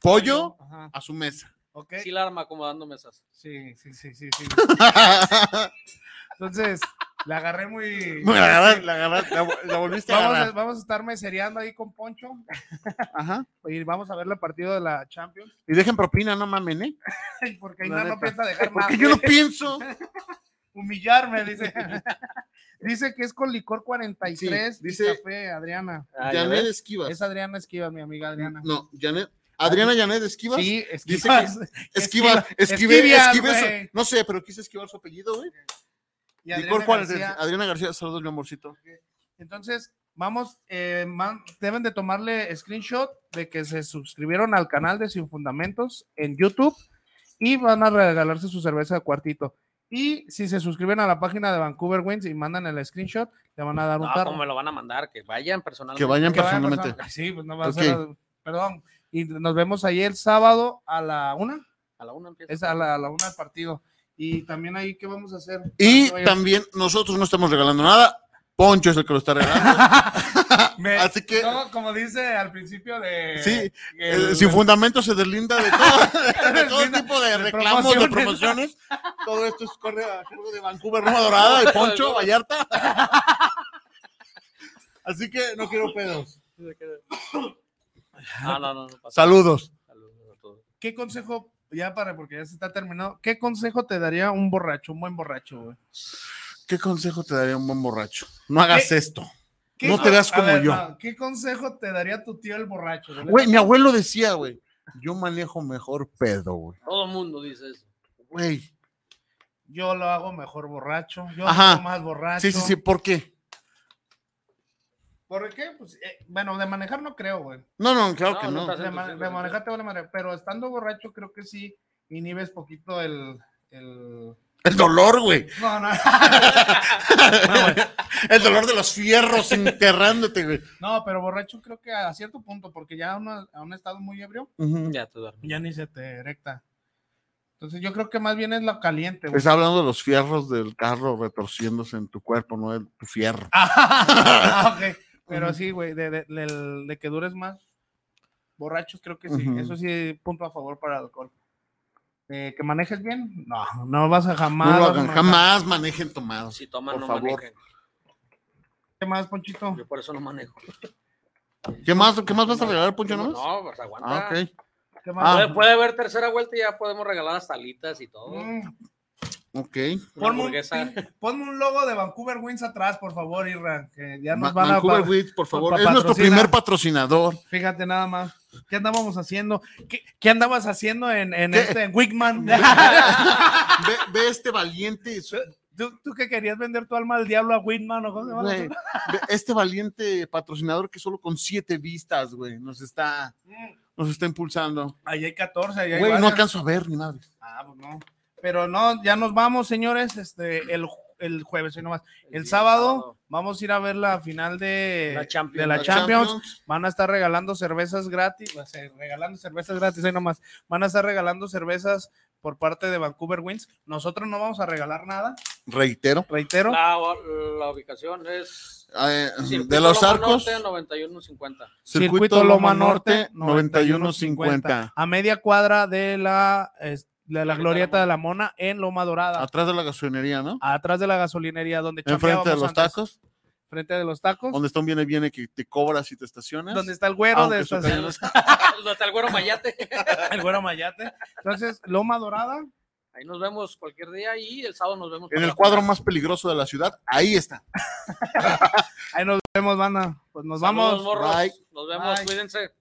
Speaker 5: pollo
Speaker 8: Ajá,
Speaker 5: a su mesa.
Speaker 8: ok.
Speaker 6: Sí, la arma acomodando mesas.
Speaker 8: Sí, sí, sí, sí, sí. Entonces, La agarré muy.
Speaker 5: Bueno, la agarraste, la agarraste, la vo- la volviste a
Speaker 8: vamos
Speaker 5: agarrar.
Speaker 8: vamos a estar mesereando ahí con Poncho.
Speaker 5: Ajá.
Speaker 8: Y vamos a ver el partido de la Champions.
Speaker 5: Y dejen propina, no mamen, ¿eh?
Speaker 8: Porque ahí no,
Speaker 5: La
Speaker 8: no
Speaker 5: neta.
Speaker 8: piensa dejar nada.
Speaker 5: Porque yo no pienso.
Speaker 8: Humillarme, dice. dice que es con licor 43.
Speaker 5: Sí, dice-
Speaker 8: dice café, Adriana.
Speaker 5: Ah, ya Janet ves. Esquivas.
Speaker 8: Es Adriana Esquivas, mi amiga Adriana.
Speaker 5: No, Janet. Adriana Janet Esquivas.
Speaker 8: Sí,
Speaker 5: Dice
Speaker 8: Esquivas.
Speaker 5: que esquiva,
Speaker 8: Esquiva-
Speaker 5: esquive,
Speaker 8: Esquivian,
Speaker 5: esquive su-
Speaker 8: güey.
Speaker 5: no sé, pero quise esquivar su apellido, güey.
Speaker 8: Y
Speaker 5: Licor
Speaker 8: Adriana
Speaker 5: 40.
Speaker 8: García.
Speaker 5: Adriana García, saludos, mi amorcito.
Speaker 8: Entonces, vamos, eh, man- deben de tomarle screenshot de que se suscribieron al canal de Sin Fundamentos en YouTube y van a regalarse su cerveza de cuartito. Y si se suscriben a la página de Vancouver Wings y mandan el screenshot, le van a dar un
Speaker 6: No,
Speaker 8: tarro.
Speaker 6: como me lo van a mandar, que vayan personalmente.
Speaker 5: Que vayan
Speaker 8: Que vayan
Speaker 5: personalmente.
Speaker 8: personal- Sí, pues no va a
Speaker 5: Ok.
Speaker 8: ser- Perdón. Y nos vemos ahí el sábado a la una.
Speaker 6: A la una empieza.
Speaker 8: Es a la, a la una del partido. Y también ahí, ¿qué vamos a hacer?
Speaker 5: Y
Speaker 8: Ah, no, ya-
Speaker 5: también nosotros no estamos regalando nada. Poncho es el que lo está regalando.
Speaker 8: Me-
Speaker 5: Así que-
Speaker 8: No, como dice al principio de.
Speaker 5: Sí,
Speaker 8: el-
Speaker 5: eh, sin fundamento se deslinda de todo, de todo tipo de reclamos, de promociones.
Speaker 8: promociones.
Speaker 5: Todo esto es corre a cargo de Vancouver Roma Dorada y Poncho Vallarta. Así que no quiero pedos.
Speaker 6: No, no, no. no pasa
Speaker 5: Saludos.
Speaker 6: nada. Todo.
Speaker 8: ¿Qué consejo, ya para, porque ya se está terminado, ¿qué consejo te daría un borracho, un buen borracho, güey?
Speaker 5: ¿Qué consejo te daría un buen borracho? No hagas
Speaker 8: ¿Qué-
Speaker 5: esto.
Speaker 8: ¿Qué-
Speaker 5: No te veas
Speaker 8: a
Speaker 5: como
Speaker 8: ver,
Speaker 5: yo.
Speaker 8: no, ¿Qué consejo te daría tu tío el borracho? güey?
Speaker 5: Güey, mi abuelo decía, güey, yo manejo mejor pedo, güey.
Speaker 6: Todo el mundo dice eso.
Speaker 5: Güey.
Speaker 8: Yo lo hago mejor borracho, yo
Speaker 5: Ajá.
Speaker 8: soy más borracho.
Speaker 5: Sí, sí, sí, ¿por qué?
Speaker 8: ¿Por qué? Pues, eh, bueno, de manejar no creo, güey.
Speaker 5: No, no, claro
Speaker 6: No,
Speaker 5: que
Speaker 6: no
Speaker 5: no.
Speaker 6: estás-
Speaker 8: De, ma- de manejar te vale madre, pero estando borracho creo que sí inhibes poquito el... el...
Speaker 5: El dolor, güey.
Speaker 8: No, no,
Speaker 5: El dolor de los fierros enterrándote, güey.
Speaker 8: no, pero borracho creo que a cierto punto, porque ya a una- a un estado muy ebrio,
Speaker 5: Ujú.
Speaker 6: Ya te duermes.
Speaker 8: ya ni se te erecta. Entonces yo creo que más bien es la caliente, güey.
Speaker 5: Está hablando de los fierros del carro retorciéndose en tu cuerpo, no de tu fierro.
Speaker 8: Ah, ok. Pero
Speaker 5: Ujú.
Speaker 8: sí, güey, de, de- del- de que dures más borrachos, creo que sí.
Speaker 5: Ujú.
Speaker 8: Eso sí, punto a favor para el alcohol. Eh, que manejes bien, no, no vas a jamás.
Speaker 5: no lo
Speaker 8: vas a
Speaker 5: hagan,
Speaker 8: manejar.
Speaker 5: jamás manejen tomados.
Speaker 6: Si toman,
Speaker 5: Por
Speaker 6: no
Speaker 5: favor.
Speaker 6: manejen.
Speaker 8: ¿Qué más, Ponchito?
Speaker 6: Yo por eso no manejo.
Speaker 5: ¿Qué más, qué más vas a regalar, Poncho, nomás?
Speaker 6: No, pues aguanta.
Speaker 5: Ah, ok.
Speaker 8: ¿Qué
Speaker 6: Puede,
Speaker 8: más?
Speaker 6: puede haber tercera vuelta y ya podemos regalar las talitas y todo. Una
Speaker 8: Ah. Mm,
Speaker 5: Ok.
Speaker 8: ponme, un,
Speaker 6: hamburguesa.
Speaker 8: pin- ponme un logo de Vancouver Wings atrás, por favor, Irra, que ya nos
Speaker 5: Ma-
Speaker 8: van
Speaker 5: Vancouver
Speaker 8: a... pa-
Speaker 5: Wheat, por favor.
Speaker 8: pa-
Speaker 5: Es nuestro
Speaker 8: patrocina.
Speaker 5: primer patrocinador.
Speaker 8: Fíjate nada más. ¿Qué andábamos haciendo? ¿Qué, qué andabas haciendo en, en
Speaker 5: ¿Qué?
Speaker 8: este en Wickman?
Speaker 5: ve, ve este valiente, su-
Speaker 8: ¿Tú, tú que querías vender tu alma al diablo a Whitman o cómo se llama?
Speaker 5: güey, ve este valiente patrocinador que solo con siete vistas, güey, nos está, nos está impulsando.
Speaker 8: Ahí hay 14, Mm. ahí hay
Speaker 5: Güey, no
Speaker 8: varias.
Speaker 5: alcanzo a ver ni madre.
Speaker 8: Ah, pues no. Pero no, ya nos vamos, señores, este, el, ju- el jueves, hoy nomás. El
Speaker 6: día
Speaker 8: sábado vamos a ir a ver la final de
Speaker 6: La Champions.
Speaker 8: de la
Speaker 6: La
Speaker 8: Champions. Van a estar regalando cervezas gratis, o sea, regalando cervezas gratis, hoy nomás. Van a estar regalando cervezas por parte de Vancouver Wings. Nosotros no vamos a regalar nada,
Speaker 5: Reitero.
Speaker 8: reitero.
Speaker 6: La, la ubicación es.
Speaker 5: eh,
Speaker 6: Circuito
Speaker 5: de los
Speaker 6: Loma
Speaker 5: arcos.
Speaker 6: Norte, 9150.
Speaker 5: Circuito, Loma Norte, 9150.
Speaker 8: A media cuadra de la, es- de la
Speaker 6: Glorieta
Speaker 8: glorieta
Speaker 6: de la
Speaker 8: de la Mona en Loma Dorada.
Speaker 5: Atrás de la gasolinería, ¿no?
Speaker 8: atrás de la gasolinería donde
Speaker 5: Enfrente de
Speaker 8: chambeábamos
Speaker 5: los
Speaker 8: antes.
Speaker 5: tacos,
Speaker 8: frente de los tacos
Speaker 5: donde está un viene viene que te cobras y te estacionas.
Speaker 8: donde está el güero
Speaker 5: Oh, Aunque
Speaker 8: de
Speaker 5: su
Speaker 8: estas-
Speaker 5: cariño es-
Speaker 6: Donde está el güero Mayate.
Speaker 8: el güero mayate entonces Loma Dorada
Speaker 6: Ahí nos vemos cualquier día y el sábado nos vemos.
Speaker 5: En
Speaker 6: para
Speaker 5: el
Speaker 6: la
Speaker 5: cuadro
Speaker 6: final.
Speaker 5: más peligroso de la ciudad, ahí está.
Speaker 8: ahí nos vemos banda pues nos
Speaker 6: Saludos,
Speaker 8: vamos
Speaker 6: morros.
Speaker 5: Bye.
Speaker 6: Nos vemos,
Speaker 8: Bye.
Speaker 6: cuídense.